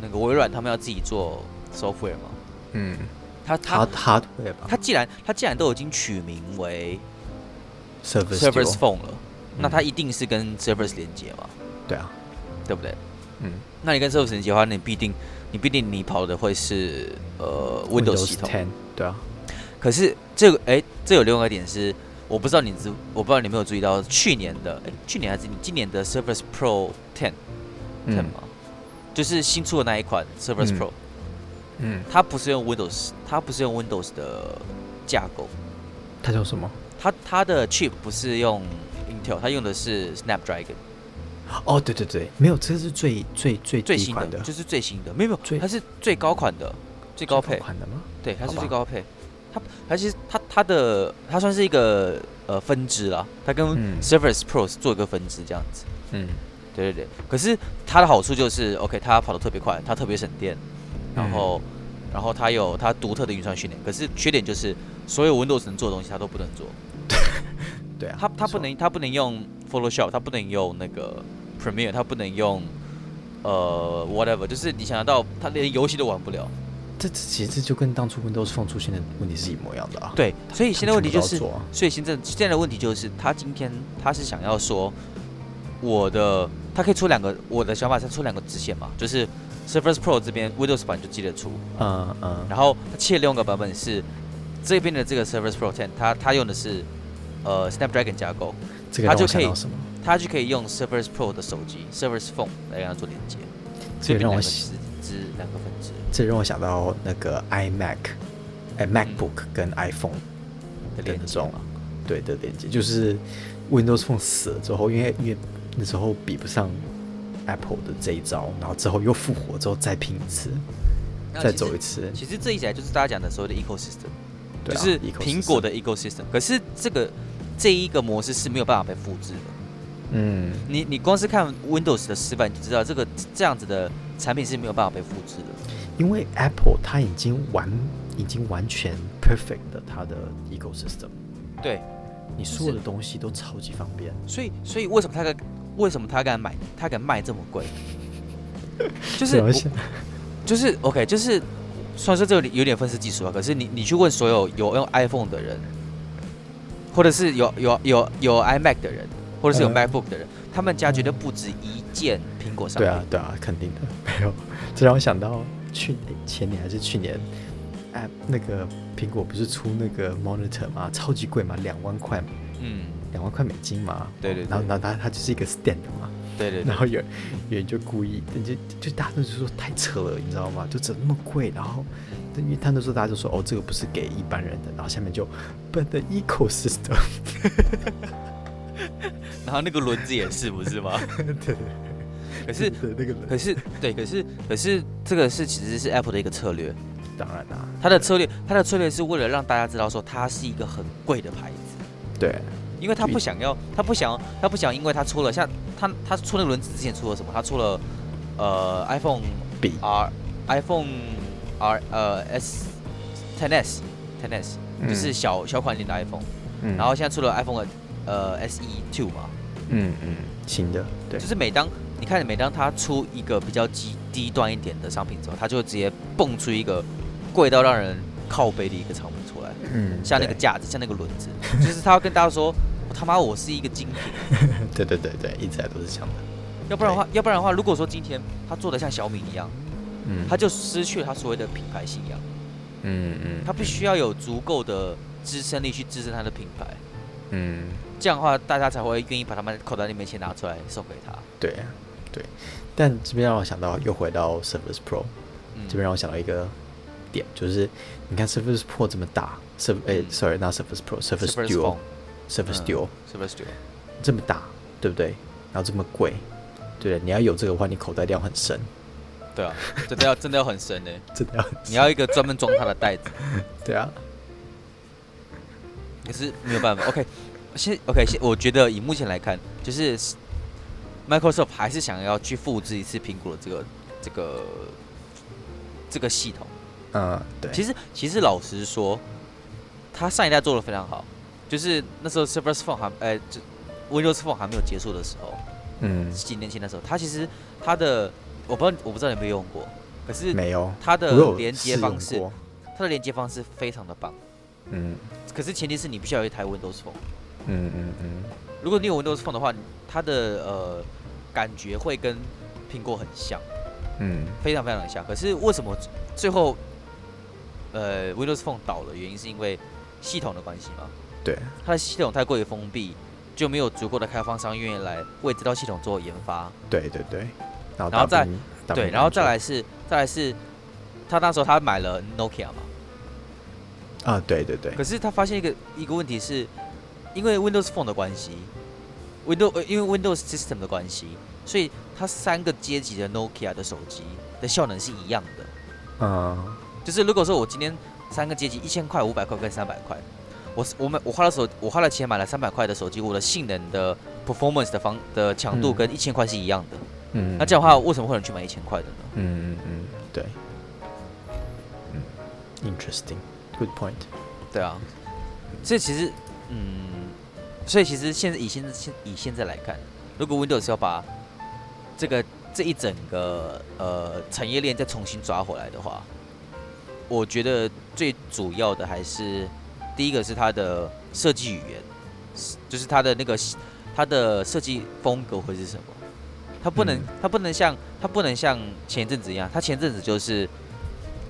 Speaker 1: 那个微软他们要自己做 software 嘛，
Speaker 2: 嗯，
Speaker 1: 他
Speaker 2: 它
Speaker 1: 他
Speaker 2: 它对吧
Speaker 1: 他既然他既然都已经取名为
Speaker 2: ？Service
Speaker 1: Service
Speaker 2: Duo
Speaker 1: Phone 了，那
Speaker 2: 嗯
Speaker 1: 它一定是跟 Service 连接嘛，
Speaker 2: 对啊，
Speaker 1: 对不对？
Speaker 2: 嗯。
Speaker 1: 那你跟 Service 连接的话，你必定你必定你跑的会是呃 Windows 系统，
Speaker 2: Ten，对啊，
Speaker 1: 可是这个哎、这有另外一个点是，我不知道你知，我不知道你有没有注意到，去年的哎、去年还是你今年的 Surface Pro Ten Ten 吗？就是新出的那一款 Surface
Speaker 2: 嗯
Speaker 1: Pro，、
Speaker 2: 嗯，
Speaker 1: 它不是用 Windows，它不是用 Windows 的架构，
Speaker 2: 它叫什么？
Speaker 1: 它它的 chip 不是用 Intel，它用的是 Snapdragon
Speaker 2: 哦，对对对，没有，这个是最最最
Speaker 1: 最
Speaker 2: 低
Speaker 1: 新
Speaker 2: 款
Speaker 1: 的，就是最新的，没有没
Speaker 2: 最
Speaker 1: 有，它是最高款的，最高配，
Speaker 2: 款的吗？
Speaker 1: 对，它是
Speaker 2: 好吧
Speaker 1: 最高配。它它其实它它的它算是一个呃分支啦，它跟
Speaker 2: 嗯
Speaker 1: Surface Pro 是做一个分支这样子。
Speaker 2: 嗯，
Speaker 1: 对对对，可是它的好处就是，OK，它跑得特别快，它特别省电，
Speaker 2: 嗯
Speaker 1: 然后，然后它有它独特的运算训练。可是缺点就是，所有 Windows 能做的东西它都不能做，
Speaker 2: 对啊，
Speaker 1: 它它
Speaker 2: 没错
Speaker 1: 不，能它不能用 Photoshop，它不能用那个 Premiere，它不能用呃 whatever，就是你想得到它连游戏都玩不了。
Speaker 2: 这这其实就跟当初 Windows Phone 出现的问题是一模一样的啊。
Speaker 1: 对，所以现在问题就是
Speaker 2: 全部都要做啊，
Speaker 1: 所以现在现在的问题就是，他今天他是想要说，我的他可以出两个，我的想法是出两个支线嘛，就是 Surface Pro 这边 Windows 版就记得出，
Speaker 2: 嗯嗯，
Speaker 1: 然后它切另外一个版本是这边的这个 Surface Pro 10，它它用的是呃 Snapdragon 架构，
Speaker 2: 这个
Speaker 1: 它
Speaker 2: 让
Speaker 1: 就
Speaker 2: 我想
Speaker 1: 可以
Speaker 2: 到什么？
Speaker 1: 它就可以用 Surface Pro 的手机 Surface Phone 来跟它做连接，
Speaker 2: 这
Speaker 1: 这
Speaker 2: 个
Speaker 1: 边两
Speaker 2: 让我
Speaker 1: 个
Speaker 2: 想
Speaker 1: 支支两个分支，
Speaker 2: 这让我想到那个 iMac，哎，MacBook 跟 iPhone
Speaker 1: 的
Speaker 2: 的
Speaker 1: 连
Speaker 2: 那
Speaker 1: 接
Speaker 2: 种
Speaker 1: 嘛，
Speaker 2: 啊对的连接，就是 Windows Phone 死了之后，因为因为那时候比不上 Apple 的这一招，然后之后又复活之后再拼一次，
Speaker 1: 那
Speaker 2: 再
Speaker 1: 其实
Speaker 2: 走一次，
Speaker 1: 其实这一起来就是大家讲的所谓的 ecosystem。
Speaker 2: 对
Speaker 1: 就
Speaker 2: 啊
Speaker 1: 是
Speaker 2: ecosystem
Speaker 1: 苹果的 ecosystem。可是这个这一个模式是没有办法被复制的。
Speaker 2: 嗯，
Speaker 1: 你你光是看 Windows 的失败，你就知道这个这样子的产品是没有办法被复制的。
Speaker 2: 因为 Apple 它已经完已经完全 perfect 的它的 ecosystem，
Speaker 1: 对，
Speaker 2: 你所有的东西都超级方便，
Speaker 1: 所以所以为什么他敢为什么他敢买他敢卖这么 <laughs> 贵？就是
Speaker 2: 对啊
Speaker 1: 我
Speaker 2: 现
Speaker 1: 就是 OK，就是虽然说这个有点分析技术啊，可是你你去问所有有用 iPhone 的人，或者是有有有有 iMac 的人，或者是有
Speaker 2: 嗯
Speaker 1: MacBook 的人，他们家绝对不止一件苹果商
Speaker 2: 对
Speaker 1: 品。
Speaker 2: 啊对啊，肯定的， <laughs> 没有，这让我想到去年前年还是去年。哎，那个苹果不是出那个 monitor 吗？超级贵嘛，两万块嘛
Speaker 1: 嗯，
Speaker 2: 两万块美金嘛，
Speaker 1: 对对对
Speaker 2: 然后然后它它就是一个 stand 嘛，
Speaker 1: 对对对
Speaker 2: 然。后有人有人就故意，就就大家都说太扯了，你知道吗？就怎么那么贵？然后因为他那时候大家就说
Speaker 1: <laughs>
Speaker 2: 哦，这个不是给一般人的，然后下面就 but the ecosystem，
Speaker 1: 然后那个轮子也是，不是吗？ <laughs>
Speaker 2: 对，
Speaker 1: 可是
Speaker 2: 对那个人
Speaker 1: 可是对，可是可是这个是其实是 Apple 的一个策略，
Speaker 2: 当然啦、
Speaker 1: 它的策略它的策略是为了让大家知道说它是一个很贵的牌子，
Speaker 2: 对，
Speaker 1: 因为它
Speaker 2: 对
Speaker 1: 不想要，它不想它不想，因为它出了像它它出那个轮子之前出了什么？它出了呃 iPhone
Speaker 2: 比
Speaker 1: R iPhone R 呃 S 10s 10s 就是小小款一点的 iPhone，、
Speaker 2: 嗯
Speaker 1: 然后现在出了 iPhone 的呃 SE Two 嘛，
Speaker 2: 嗯嗯新的对
Speaker 1: 就是每当你看，每当它出一个比较低低端一点的商品之后，它就会直接蹦出一个贵到让人靠背的一个产品出来，
Speaker 2: 嗯
Speaker 1: 像那个架子，像那个轮子，就是它要跟大家说，我他妈我是一个精品，
Speaker 2: 对对对对对，一直来都是这样的，
Speaker 1: 要不然的话，要不然的话，如果说今天它做的像小米一样，
Speaker 2: 嗯
Speaker 1: 它就失去了它所谓的品牌信仰，
Speaker 2: 嗯嗯
Speaker 1: 它必须要有足够的支撑力去支撑它的品牌，
Speaker 2: 嗯
Speaker 1: 这样的话大家才会愿意把他们口袋里面钱拿出来送给他。
Speaker 2: 对对，但这边让我想到又回到 Surface Pro，
Speaker 1: 嗯
Speaker 2: 这边让我想到一个点，就是你看 Surface Pro 这么大，Sur 哎、
Speaker 1: 嗯
Speaker 2: sorry not Surface Pro，Surface
Speaker 1: Surface
Speaker 2: Duo
Speaker 1: Phone
Speaker 2: Surface
Speaker 1: 嗯
Speaker 2: Duo、
Speaker 1: 是不是对？
Speaker 2: 这么大，对不对？然后这么贵，对，你要有这个的话，你口袋一定要很深，
Speaker 1: 对啊，真的要真的要很欸深呢、
Speaker 2: 真的要很
Speaker 1: 你要一个专门装它的袋子，
Speaker 2: 对啊，
Speaker 1: 可是没有办法。OK，现 OK 现我觉得以目前来看，就是 Microsoft 还是想要去复制一次苹果的这个这个这个系统。
Speaker 2: 嗯，对，
Speaker 1: 其
Speaker 2: 实
Speaker 1: 实其实老实说，它上一代做的非常好，就是那时候 Surface Phone 还呃就 Windows Phone 还没有结束的时候，
Speaker 2: 嗯
Speaker 1: 几年前的时候，它其实它的我不知道我不知道你有没有用过，可是
Speaker 2: 没有，
Speaker 1: 它
Speaker 2: 我
Speaker 1: 的
Speaker 2: 有
Speaker 1: 连接
Speaker 2: 试用
Speaker 1: 方式
Speaker 2: 过，
Speaker 1: 它的连接方式非常的棒。
Speaker 2: 嗯
Speaker 1: 可是前提是你必须要有一台 Windows Phone。
Speaker 2: 嗯嗯嗯，
Speaker 1: 如果你有 Windows Phone 的话，它的呃感觉会跟苹果很像，
Speaker 2: 嗯，
Speaker 1: 非常非常的像。可是为什么最后呃 Windows Phone 倒了？原因是因为系统的关系吗？
Speaker 2: 对，
Speaker 1: 它的系统太过于封闭，就没有足够的开放商愿意来为这套系统做研发。
Speaker 2: 对对对，然后
Speaker 1: 然后
Speaker 2: 大
Speaker 1: 再
Speaker 2: 兵大
Speaker 1: 对，
Speaker 2: 兵
Speaker 1: 然后
Speaker 2: 篮
Speaker 1: 再
Speaker 2: 球
Speaker 1: 来是再来是，他那时候他买了 Nokia 嘛，
Speaker 2: 啊，对对对
Speaker 1: 可，是他发现一个一个问题是，因为 Windows Phone 的关系，Windows 呃因为 Windows System 的关系，所以它三个阶级的 Nokia 的手机的效能是一样的。
Speaker 2: 嗯
Speaker 1: 就是如果说我今天三个阶级一千块、五百块跟三百块，我我买我花了手我花了钱买了三百块的手机，我的性能的 performance 的方的强度
Speaker 2: 嗯
Speaker 1: 跟一千块是一样的。
Speaker 2: 嗯，
Speaker 1: 那这样的话，为什么会有人去买一千块的呢？
Speaker 2: 嗯，嗯嗯对，嗯，interesting，good point，
Speaker 1: 对啊，所以其实，嗯，所以其实现在以现在现以现在来看，如果 Windows 要把这个这一整个呃产业链再重新抓回来的话，我觉得最主要的还是第一个是它的设计语言，是就是它的那个它的设计风格会是什么？它不能
Speaker 2: 嗯，
Speaker 1: 它不能像它不能像前一阵子一样，它前阵子就是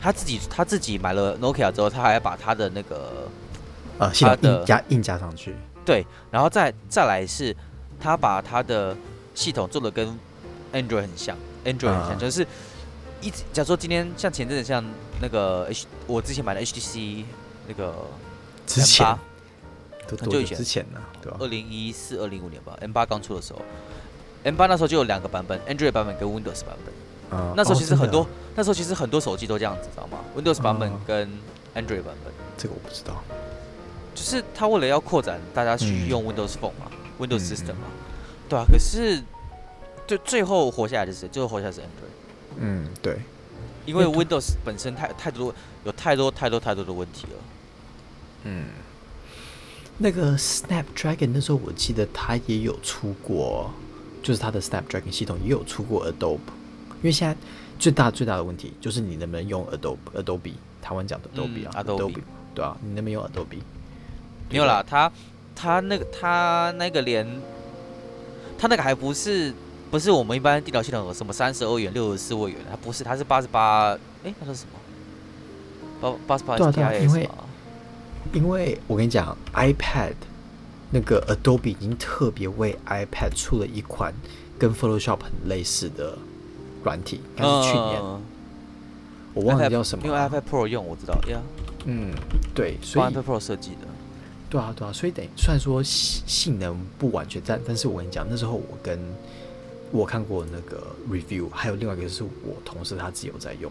Speaker 1: 他自己他自己买了 Nokia 之后，他还把他的那个
Speaker 2: 呃，系
Speaker 1: 它
Speaker 2: 统硬
Speaker 1: 的
Speaker 2: 加硬加上去，
Speaker 1: 对，然后再再来是，他把他的系统做的跟 Android 很像，Android 很像，
Speaker 2: 啊
Speaker 1: 就是一直假如说今天像前阵子像那个 H，我之前买的 HTC 那个
Speaker 2: 之前
Speaker 1: M8
Speaker 2: 都
Speaker 1: 很久
Speaker 2: 多久
Speaker 1: 以前
Speaker 2: 之前呢？对吧
Speaker 1: 二？零一四、二零五年吧，M 八刚出的时候，M 八那时候就有两个版本，Android 版本跟 Windows 版本。
Speaker 2: 嗯
Speaker 1: 呃那时候其实很，多，
Speaker 2: 哦
Speaker 1: 那时候其实很多手机都这样子，知道吗？Windows 版本
Speaker 2: 哦
Speaker 1: 跟 Android 版本。
Speaker 2: 真的这个我不知道，
Speaker 1: 就是他为了要扩展大家去
Speaker 2: 嗯
Speaker 1: 用 Windows Phone 嘛、w i n d o w
Speaker 2: 嗯
Speaker 1: s System
Speaker 2: 嗯
Speaker 1: 嘛，对啊。可是，就最后活下来的是谁？最后活下来是 Android，
Speaker 2: 嗯，对，
Speaker 1: 因为
Speaker 2: 因为
Speaker 1: Windows 本身太太多有太多太多太多的问题了。
Speaker 2: 嗯，那个 Snapdragon 那时候我记得它也有出过，就是它的 Snapdragon 系统也有出过 Adobe，因为现在最大最大的问题就是你能不能用 Adobe Adobe 台湾讲的 Adobe 啊、
Speaker 1: 嗯，Adobe
Speaker 2: 对啊，你能不能用 Adobe？
Speaker 1: 没有啦，他他那个他那个连他那个还不是不是我们一般电脑系统有什么三十二元、六十四位元，它不是，它是八十八，哎，那是什么？八八十八
Speaker 2: 对啊对啊因
Speaker 1: TIS
Speaker 2: 为
Speaker 1: 吗？
Speaker 2: 因为我跟你讲，iPad 那个 Adobe 已经特别为 iPad 出了一款跟 Photoshop 很类似的软体，应该是去年、
Speaker 1: 嗯
Speaker 2: 我忘了
Speaker 1: iPad-
Speaker 2: 叫什么
Speaker 1: 因为
Speaker 2: 了。
Speaker 1: iPad Pro 用我知道，呀、
Speaker 2: 嗯，对，所
Speaker 1: 帮
Speaker 2: 以
Speaker 1: iPad Pro 设计的。
Speaker 2: 对啊，对啊，所以等于虽然说性性能不完全，但但是我跟你讲，那时候我跟我看过那个 review，还有另外一个是我同事他自己有在用，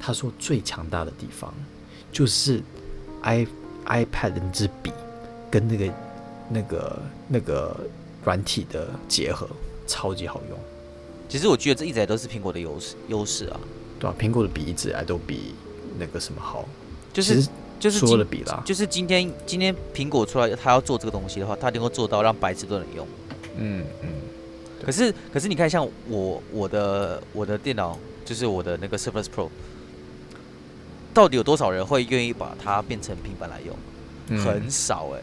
Speaker 2: 他说最强大的地方就是 i iPad 的那支笔跟那个那个那个软体的结合，超级好用，
Speaker 1: 其实我觉得这一直以来都是苹果的优势优势啊，
Speaker 2: 对啊，苹果的笔一直以来都比那个什么好，
Speaker 1: 就
Speaker 2: 其
Speaker 1: 是
Speaker 2: 实
Speaker 1: 就是
Speaker 2: 所有
Speaker 1: 今
Speaker 2: 的笔啦，
Speaker 1: 就是今天今天苹果出来，它要做这个东西的话，它能够做到让白痴都能用。
Speaker 2: 嗯嗯，对
Speaker 1: 可是可是你看，像我我的我的电脑，就是我的那个 Surface Pro，到底有多少人会愿意把它变成平板来用？
Speaker 2: 嗯
Speaker 1: 很少哎、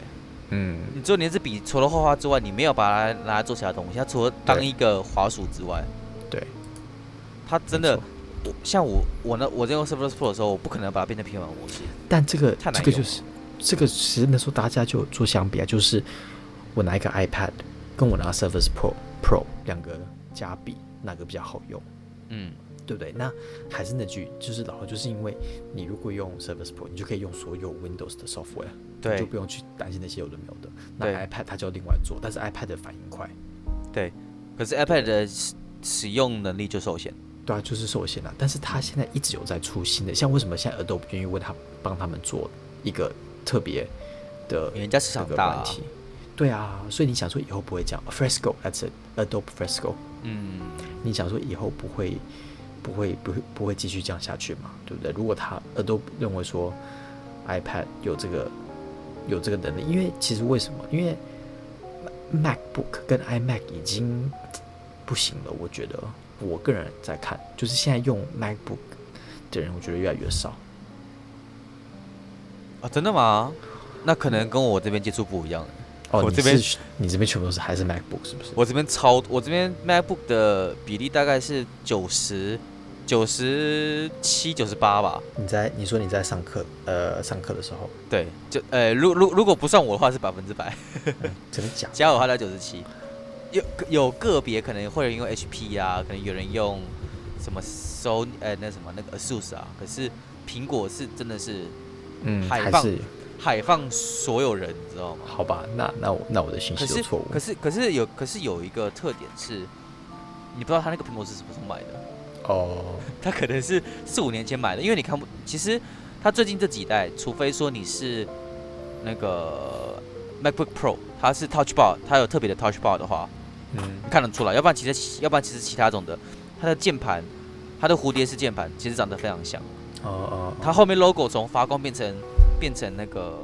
Speaker 2: 嗯
Speaker 1: 你做你这笔除了画画之外，你没有把它拿来做其他东西。它除了当
Speaker 2: 对
Speaker 1: 一个滑鼠之外，
Speaker 2: 对，
Speaker 1: 它真的
Speaker 2: 没错，
Speaker 1: 我像我我呢，我在用 Surface Pro 的时候，我不可能把它变成平板模型。
Speaker 2: 但这个
Speaker 1: 太难
Speaker 2: 这个
Speaker 1: 用
Speaker 2: 就
Speaker 1: 了
Speaker 2: 是这个，其实那时候大家就有做相比啊，就是我拿一个 iPad，跟我拿 Surface Pro Pro 两个加比，哪个比较好用，
Speaker 1: 嗯，
Speaker 2: 对不对？那还是那句，就是老话，就是因为你如果用 Surface Pro，你就可以用所有 Windows 的 software，你就
Speaker 1: 对
Speaker 2: 不用去担心那些有的没有的。
Speaker 1: 对
Speaker 2: 那 iPad 它就要另外做，但是 iPad 的反应快，
Speaker 1: 对。可是 iPad 的使使用能力就受限。
Speaker 2: 对啊，就是受限了。但是它现在一直有在出新的，像为什么现在 Adobe 愿意为他帮他们做一个特别的
Speaker 1: 因为人家市场
Speaker 2: 这个
Speaker 1: 大
Speaker 2: 软
Speaker 1: 啊
Speaker 2: 体。对啊，所以你想说以后不会讲 Fresco，that's it，Adobe Fresco，
Speaker 1: 嗯，
Speaker 2: 你想说以后不会不会不会不会继续这样下去嘛？对不对？如果他 Adobe 认为说 iPad 有这个有这个能力，因为其实为什么？因为 MacBook 跟 iMac 已经不行了，我觉得我个人在看，就是现在用 MacBook 的人，我觉得越来越少。
Speaker 1: 啊，真的吗？那可能跟我这边接触不一样。
Speaker 2: 哦，
Speaker 1: 我
Speaker 2: 你
Speaker 1: 这边
Speaker 2: 是你这边全部都是还是 MacBook 是不是？
Speaker 1: 我这边超，我这边 MacBook 的比例大概是九十九十七、九十八吧。
Speaker 2: 你在你说你在上课呃上课的时候，
Speaker 1: 对，就呃，如如如果不算我的话是百分之百， <laughs>
Speaker 2: 真的假的？
Speaker 1: 加我的话到九十七。有有个别可能会有人用 HP 啊，可能有人用什么 Sony 呃那什么那个 ASUS 啊，可是苹果是真的是
Speaker 2: 嗯，
Speaker 1: 海
Speaker 2: 还
Speaker 1: 放
Speaker 2: 是
Speaker 1: 海放所有人，你知道吗？
Speaker 2: 好吧？那那我那我的信
Speaker 1: 可
Speaker 2: 息
Speaker 1: 是
Speaker 2: 有错误
Speaker 1: 可。是可是有可是有一个特点是，你不知道他那个苹果是什么时候买的。 <laughs>
Speaker 2: 哦，
Speaker 1: 他可能是四五年前买的，因为你看不，其实他最近这几代，除非说你是那个 MacBook Pro，它是 Touch Bar，它有特别的 Touch Bar 的话，
Speaker 2: 嗯
Speaker 1: 你看得出来，要不然其实要不然其实其他种的，它的键盘，它的蝴蝶式键盘其实长得非常像，
Speaker 2: 哦哦，
Speaker 1: 它后面 logo 从发光变成变成那个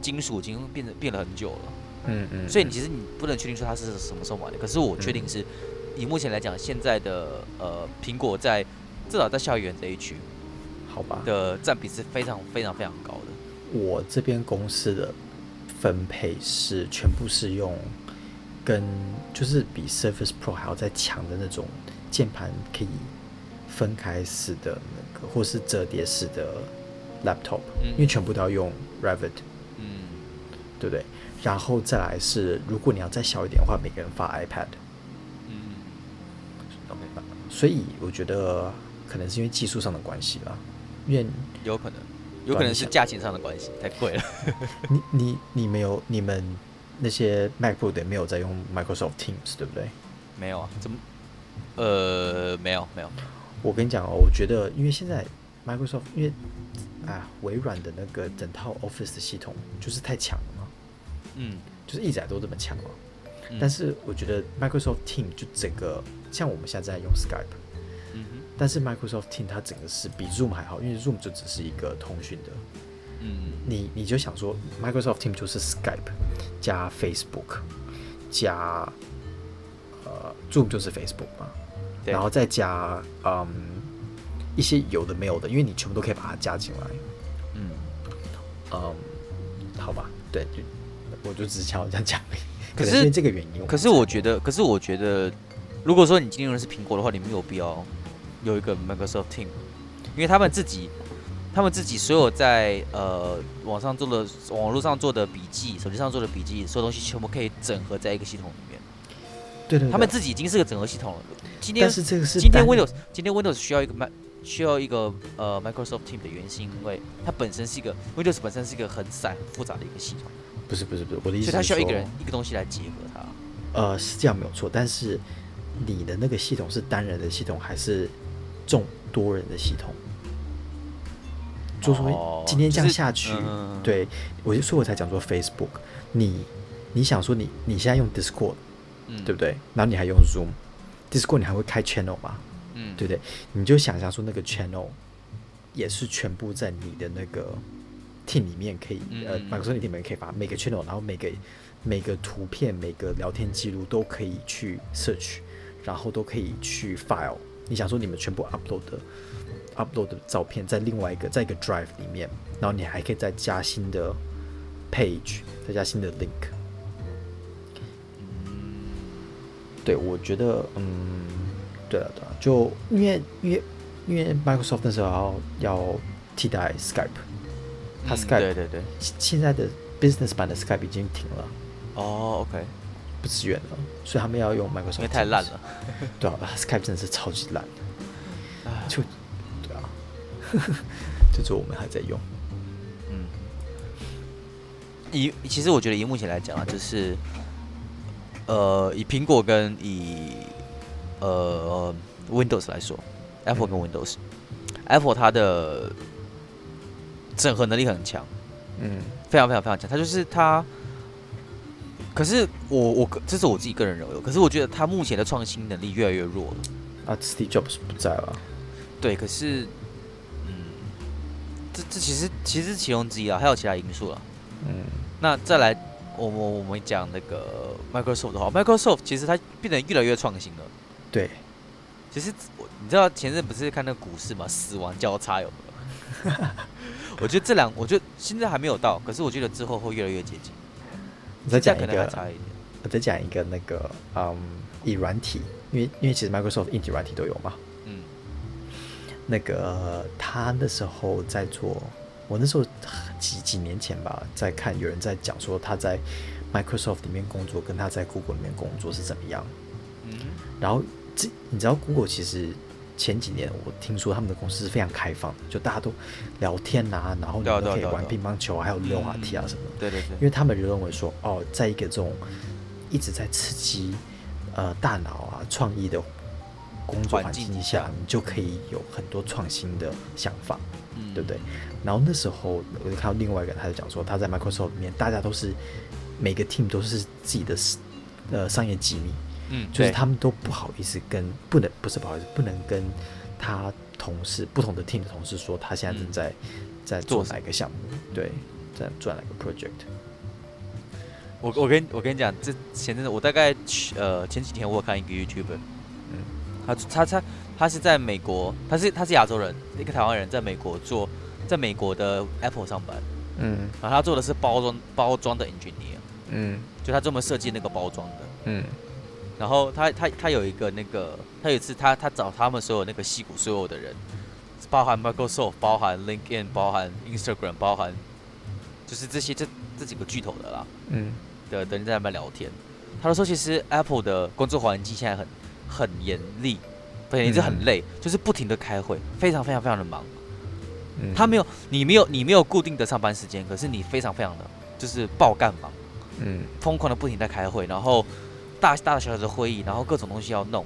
Speaker 1: 金属，已经变成变了很久了，
Speaker 2: 嗯嗯，
Speaker 1: 所以你其实你不能确定说它是什么时候买的，可是我确定是，以目前来讲，现在的呃苹果在至少在校园这一区。
Speaker 2: 好吧？
Speaker 1: 的占比是非常非常非常高的。
Speaker 2: 我这边公司的分配是全部是用跟就是比 Surface Pro 还要再强的那种键盘可以分开式的那个，或是折叠式的 laptop，
Speaker 1: 嗯
Speaker 2: 因为全部都要用 Revit，
Speaker 1: 嗯
Speaker 2: 对不对？然后再来是，如果你要再小一点的话，每个人发 iPad，
Speaker 1: 嗯，OK，
Speaker 2: 所以我觉得可能是因为技术上的关系吧，因为
Speaker 1: 有可能，有可能是价钱上的关系，太贵了。 <laughs>
Speaker 2: 你你你没有你们那些 MacBook 的没有在用 Microsoft Teams，对不对？
Speaker 1: 没有啊？怎么？呃，没有没有，
Speaker 2: 我跟你讲哦，我觉得因为现在 Microsoft 因为啊微软的那个整套 Office 的系统就是太强了嘛，
Speaker 1: 嗯，
Speaker 2: 就是一直以来都这么强嘛。
Speaker 1: 嗯
Speaker 2: 但，是我觉得 Microsoft Team 就整个像我们现在在用 Skype，
Speaker 1: 嗯哼
Speaker 2: 但是 Microsoft Team 它整个是比 Zoom 还好，因为 Zoom 就只是一个通讯的，
Speaker 1: 嗯
Speaker 2: 你你就想说 Microsoft Team 就是 Skype 加 Facebook 加呃 Zoom 就是 Facebook 嘛，
Speaker 1: 对
Speaker 2: 然后再加嗯一些有的没有的，因为你全部都可以把它加进来，
Speaker 1: 嗯，
Speaker 2: 嗯，好吧，对，就我就只想要这样讲而已，
Speaker 1: 可是
Speaker 2: 能因为这个原因，
Speaker 1: 可是我觉得，可是我觉得，如果说你今天用的是苹果的话，你没有必要有一个 Microsoft Team，因为他们自己，他们自己所有在呃网上做的、网络上做的笔记、手机上做的笔记，所有东西全部可以整合在一个系统里面。
Speaker 2: 对对对，
Speaker 1: 他们自己已经是个整合系统了。今天
Speaker 2: 但是这个是
Speaker 1: 今天
Speaker 2: 单
Speaker 1: Windows 今天 Windows 需要一个 Mac 需要一个呃 Microsoft Team 的原因，是因为它本身是一个 Windows 本身是一个很散很复杂的一个系统。
Speaker 2: 不是不是不是，我的意
Speaker 1: 所
Speaker 2: 思
Speaker 1: 以它
Speaker 2: 是
Speaker 1: 需要一个
Speaker 2: 说
Speaker 1: 人一个东西来结合它。
Speaker 2: 呃，是这样没有错，但是你的那个系统是单人的系统还是众多人的系统？就
Speaker 1: 哦
Speaker 2: 说今天这样
Speaker 1: 就是
Speaker 2: 下去，
Speaker 1: 嗯
Speaker 2: 对我就所以我才讲说 Facebook，你你想说你你现在用 Discord
Speaker 1: 嗯，
Speaker 2: 对不对？然后你还用 Zoom，Discord 你还会开 channel 吗？
Speaker 1: 嗯，
Speaker 2: 对不对？你就想象说那个 channel 也是全部在你的那个 team 里面可以，呃
Speaker 1: 嗯嗯嗯
Speaker 2: ，Microsoft 里面可以把每个 channel，然后每个每个图片、每个聊天记录都可以去 search，然后都可以去 file。你想说你们全部 upload 的 upload 的照片在另外一个在一个 drive 里面，然后你还可以再加新的 page，再加新的 link。对，我觉得，嗯，对了，对了，就因为因为因为 Microsoft 那时候要要替代 Skype，它
Speaker 1: 嗯
Speaker 2: Skype、
Speaker 1: 对对对，
Speaker 2: 现现在的 Business 版的 Skype 已经停了，
Speaker 1: 哦，OK，
Speaker 2: 不支援了，所以他们要用 Microsoft，
Speaker 1: 因为太烂
Speaker 2: Teams
Speaker 1: 了。
Speaker 2: 对啊，Skype 真的是超级烂的，
Speaker 1: 唉
Speaker 2: 就对啊， <laughs> 就只有我们还在用，
Speaker 1: 嗯，以其实我觉得以目前来讲啊，就是呃，以苹果跟以呃 Windows 来说，Apple 跟 Windows，Apple 它的整合能力很强，
Speaker 2: 嗯
Speaker 1: 非常非常非常强，它就是它。可是我我个这是我自己个人认为，可是我觉得它目前的创新能力越来越弱了。
Speaker 2: 啊，Steve Jobs 不在了，
Speaker 1: 对，可是，嗯，这这其实其实是其中之一啊，还有其他因素了。
Speaker 2: 嗯
Speaker 1: 那再来，我们我们讲那个 Microsoft 的话，Microsoft 其实它变得越来越创新了。
Speaker 2: 对，
Speaker 1: 其实我你知道前阵不是看那个股市嘛，死亡交叉有没有？ <laughs> 我觉得这两，我觉得现在还没有到，可是我觉得之后会越来越接近。
Speaker 2: 你再
Speaker 1: 现
Speaker 2: 讲
Speaker 1: 在
Speaker 2: 一
Speaker 1: 可能还
Speaker 2: 个啊
Speaker 1: 差一点。
Speaker 2: 我再讲一个那个嗯，以软体，因为因为其实 Microsoft 硬体软体都有嘛。
Speaker 1: 嗯
Speaker 2: 那个呃他那时候在做，我那时候几几年前吧，在看有人在讲说他在 Microsoft 里面工作跟他在 Google 里面工作是怎么样。
Speaker 1: 嗯
Speaker 2: 然后这你知道 Google 其实前几年我听说他们的公司是非常开放的，就大家都聊天啊，然后你
Speaker 1: 对啊
Speaker 2: 们都
Speaker 1: 对啊
Speaker 2: 可以
Speaker 1: 对啊
Speaker 2: 玩
Speaker 1: 对啊
Speaker 2: 乒乓球啊，还有溜滑梯啊什么的。
Speaker 1: 对对
Speaker 2: 因
Speaker 1: 对，
Speaker 2: 为他们就认为说，哦，在一个这种一直在刺激呃大脑啊创意的工作
Speaker 1: 环
Speaker 2: 环
Speaker 1: 境
Speaker 2: 境
Speaker 1: 底
Speaker 2: 下
Speaker 1: 下，
Speaker 2: 你就可以有很多创新的想法，
Speaker 1: 嗯
Speaker 2: 对不对？然后那时候我就看到另外一个，他就讲说，他在 Microsoft 里面，大家都是每个 team 都是自己的呃商业机密，
Speaker 1: 嗯，
Speaker 2: 就是
Speaker 1: 对
Speaker 2: 他们都不好意思跟不能不是不好意思，不能跟他同事不同的 team 的同事说他现在正
Speaker 1: 嗯
Speaker 2: 在、在
Speaker 1: 做
Speaker 2: 做
Speaker 1: 什
Speaker 2: 哪个项目，对，在做哪个 project。
Speaker 1: 我我跟我跟你讲，这前阵子我大概去呃前几天我有看一个 YouTuber，
Speaker 2: 嗯
Speaker 1: 他他他他是在美国，他是他是亚洲人，一个台湾人，在美国做在美国的 Apple 上班，
Speaker 2: 嗯
Speaker 1: 然后他做的是包装包装的 engineer，
Speaker 2: 嗯
Speaker 1: 就他专门设计那个包装的。
Speaker 2: 嗯
Speaker 1: 然后他他他有一个那个，他有一次他他找他们所有那个戏骨所有的人，包含 Microsoft，包含 LinkedIn，包含 Instagram，包含就是这些这这几个巨头的啦，
Speaker 2: 嗯
Speaker 1: 的的人在那边聊天，他就说其实 Apple 的工作环境现在很很严厉，不是，也是很
Speaker 2: 嗯
Speaker 1: 累，就是不停的开会，非常非常非常的忙。
Speaker 2: 嗯
Speaker 1: 他没有你没有你没有固定的上班时间，可是你非常非常的就是爆干忙，
Speaker 2: 嗯
Speaker 1: 疯狂的不停地在开会，然后大大小小的会议，然后各种东西要弄，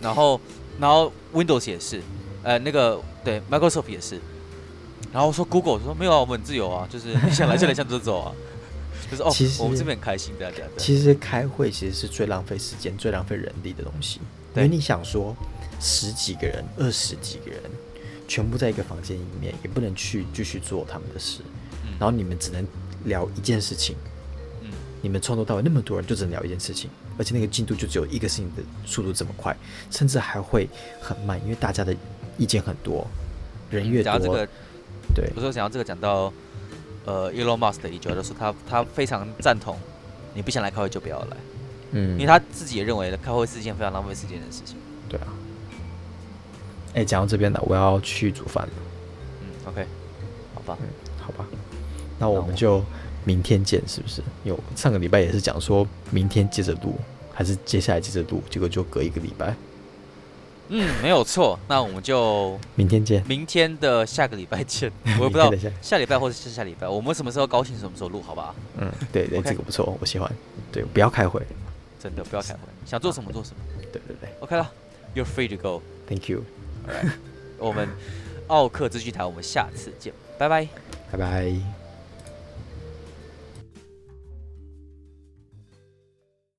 Speaker 1: 然后然后 Windows 也是，呃那个对 Microsoft 也是，然后说 Google 说没有啊，我们很自由啊，就是你想来就来，想走就走啊， <laughs> 就是哦
Speaker 2: 其实
Speaker 1: 我们这边很开心的，对啊对啊
Speaker 2: 其实开会其实是最浪费时间、最浪费人力的东西，因
Speaker 1: 对
Speaker 2: 为你想说十几个人、二十几个人全部在一个房间里面，也不能去继续做他们的事，
Speaker 1: 嗯
Speaker 2: 然后你们只能聊一件事情，
Speaker 1: 嗯
Speaker 2: 你们从头到尾那么多人就只能聊一件事情，而且那个进度就只有一个事情的速度这么快，甚至还会很慢，因为大家的意见很多，人越
Speaker 1: 讲
Speaker 2: 多，
Speaker 1: 到这个，
Speaker 2: 对
Speaker 1: 不，是讲到这个，讲到呃 Elon Musk 的一句话，就说他他非常赞同，你不想来开会就不要来，
Speaker 2: 嗯
Speaker 1: 因为他自己也认为开会是一件非常浪费时间的事情。
Speaker 2: 对啊。哎，讲到这边了，我要去煮饭了。
Speaker 1: 嗯，OK，好吧，
Speaker 2: 嗯，好吧，那
Speaker 1: 那
Speaker 2: 我
Speaker 1: 我
Speaker 2: 们就明天见，是不是？有上个礼拜也是讲说明天接着录，还是接下来接着录，结果就隔一个礼拜。
Speaker 1: 嗯，没有错。那我们就
Speaker 2: 明天见，
Speaker 1: 明天的下个礼拜
Speaker 2: <laughs>
Speaker 1: 见。我也不知
Speaker 2: 明
Speaker 1: 道
Speaker 2: 天的下
Speaker 1: 下礼拜或者是下礼拜，我们什么时候高兴什么时候录，好吧？
Speaker 2: 嗯，对
Speaker 1: <laughs>
Speaker 2: 对，
Speaker 1: OK
Speaker 2: 这个不错，我喜欢。对，不要开会。
Speaker 1: 真的不要开会，想做什么做什么。
Speaker 2: 对对对
Speaker 1: OK 了，You're free to go。
Speaker 2: ，Thank you，
Speaker 1: 我们奥克资讯台，我们下次见，拜拜。
Speaker 2: 拜拜。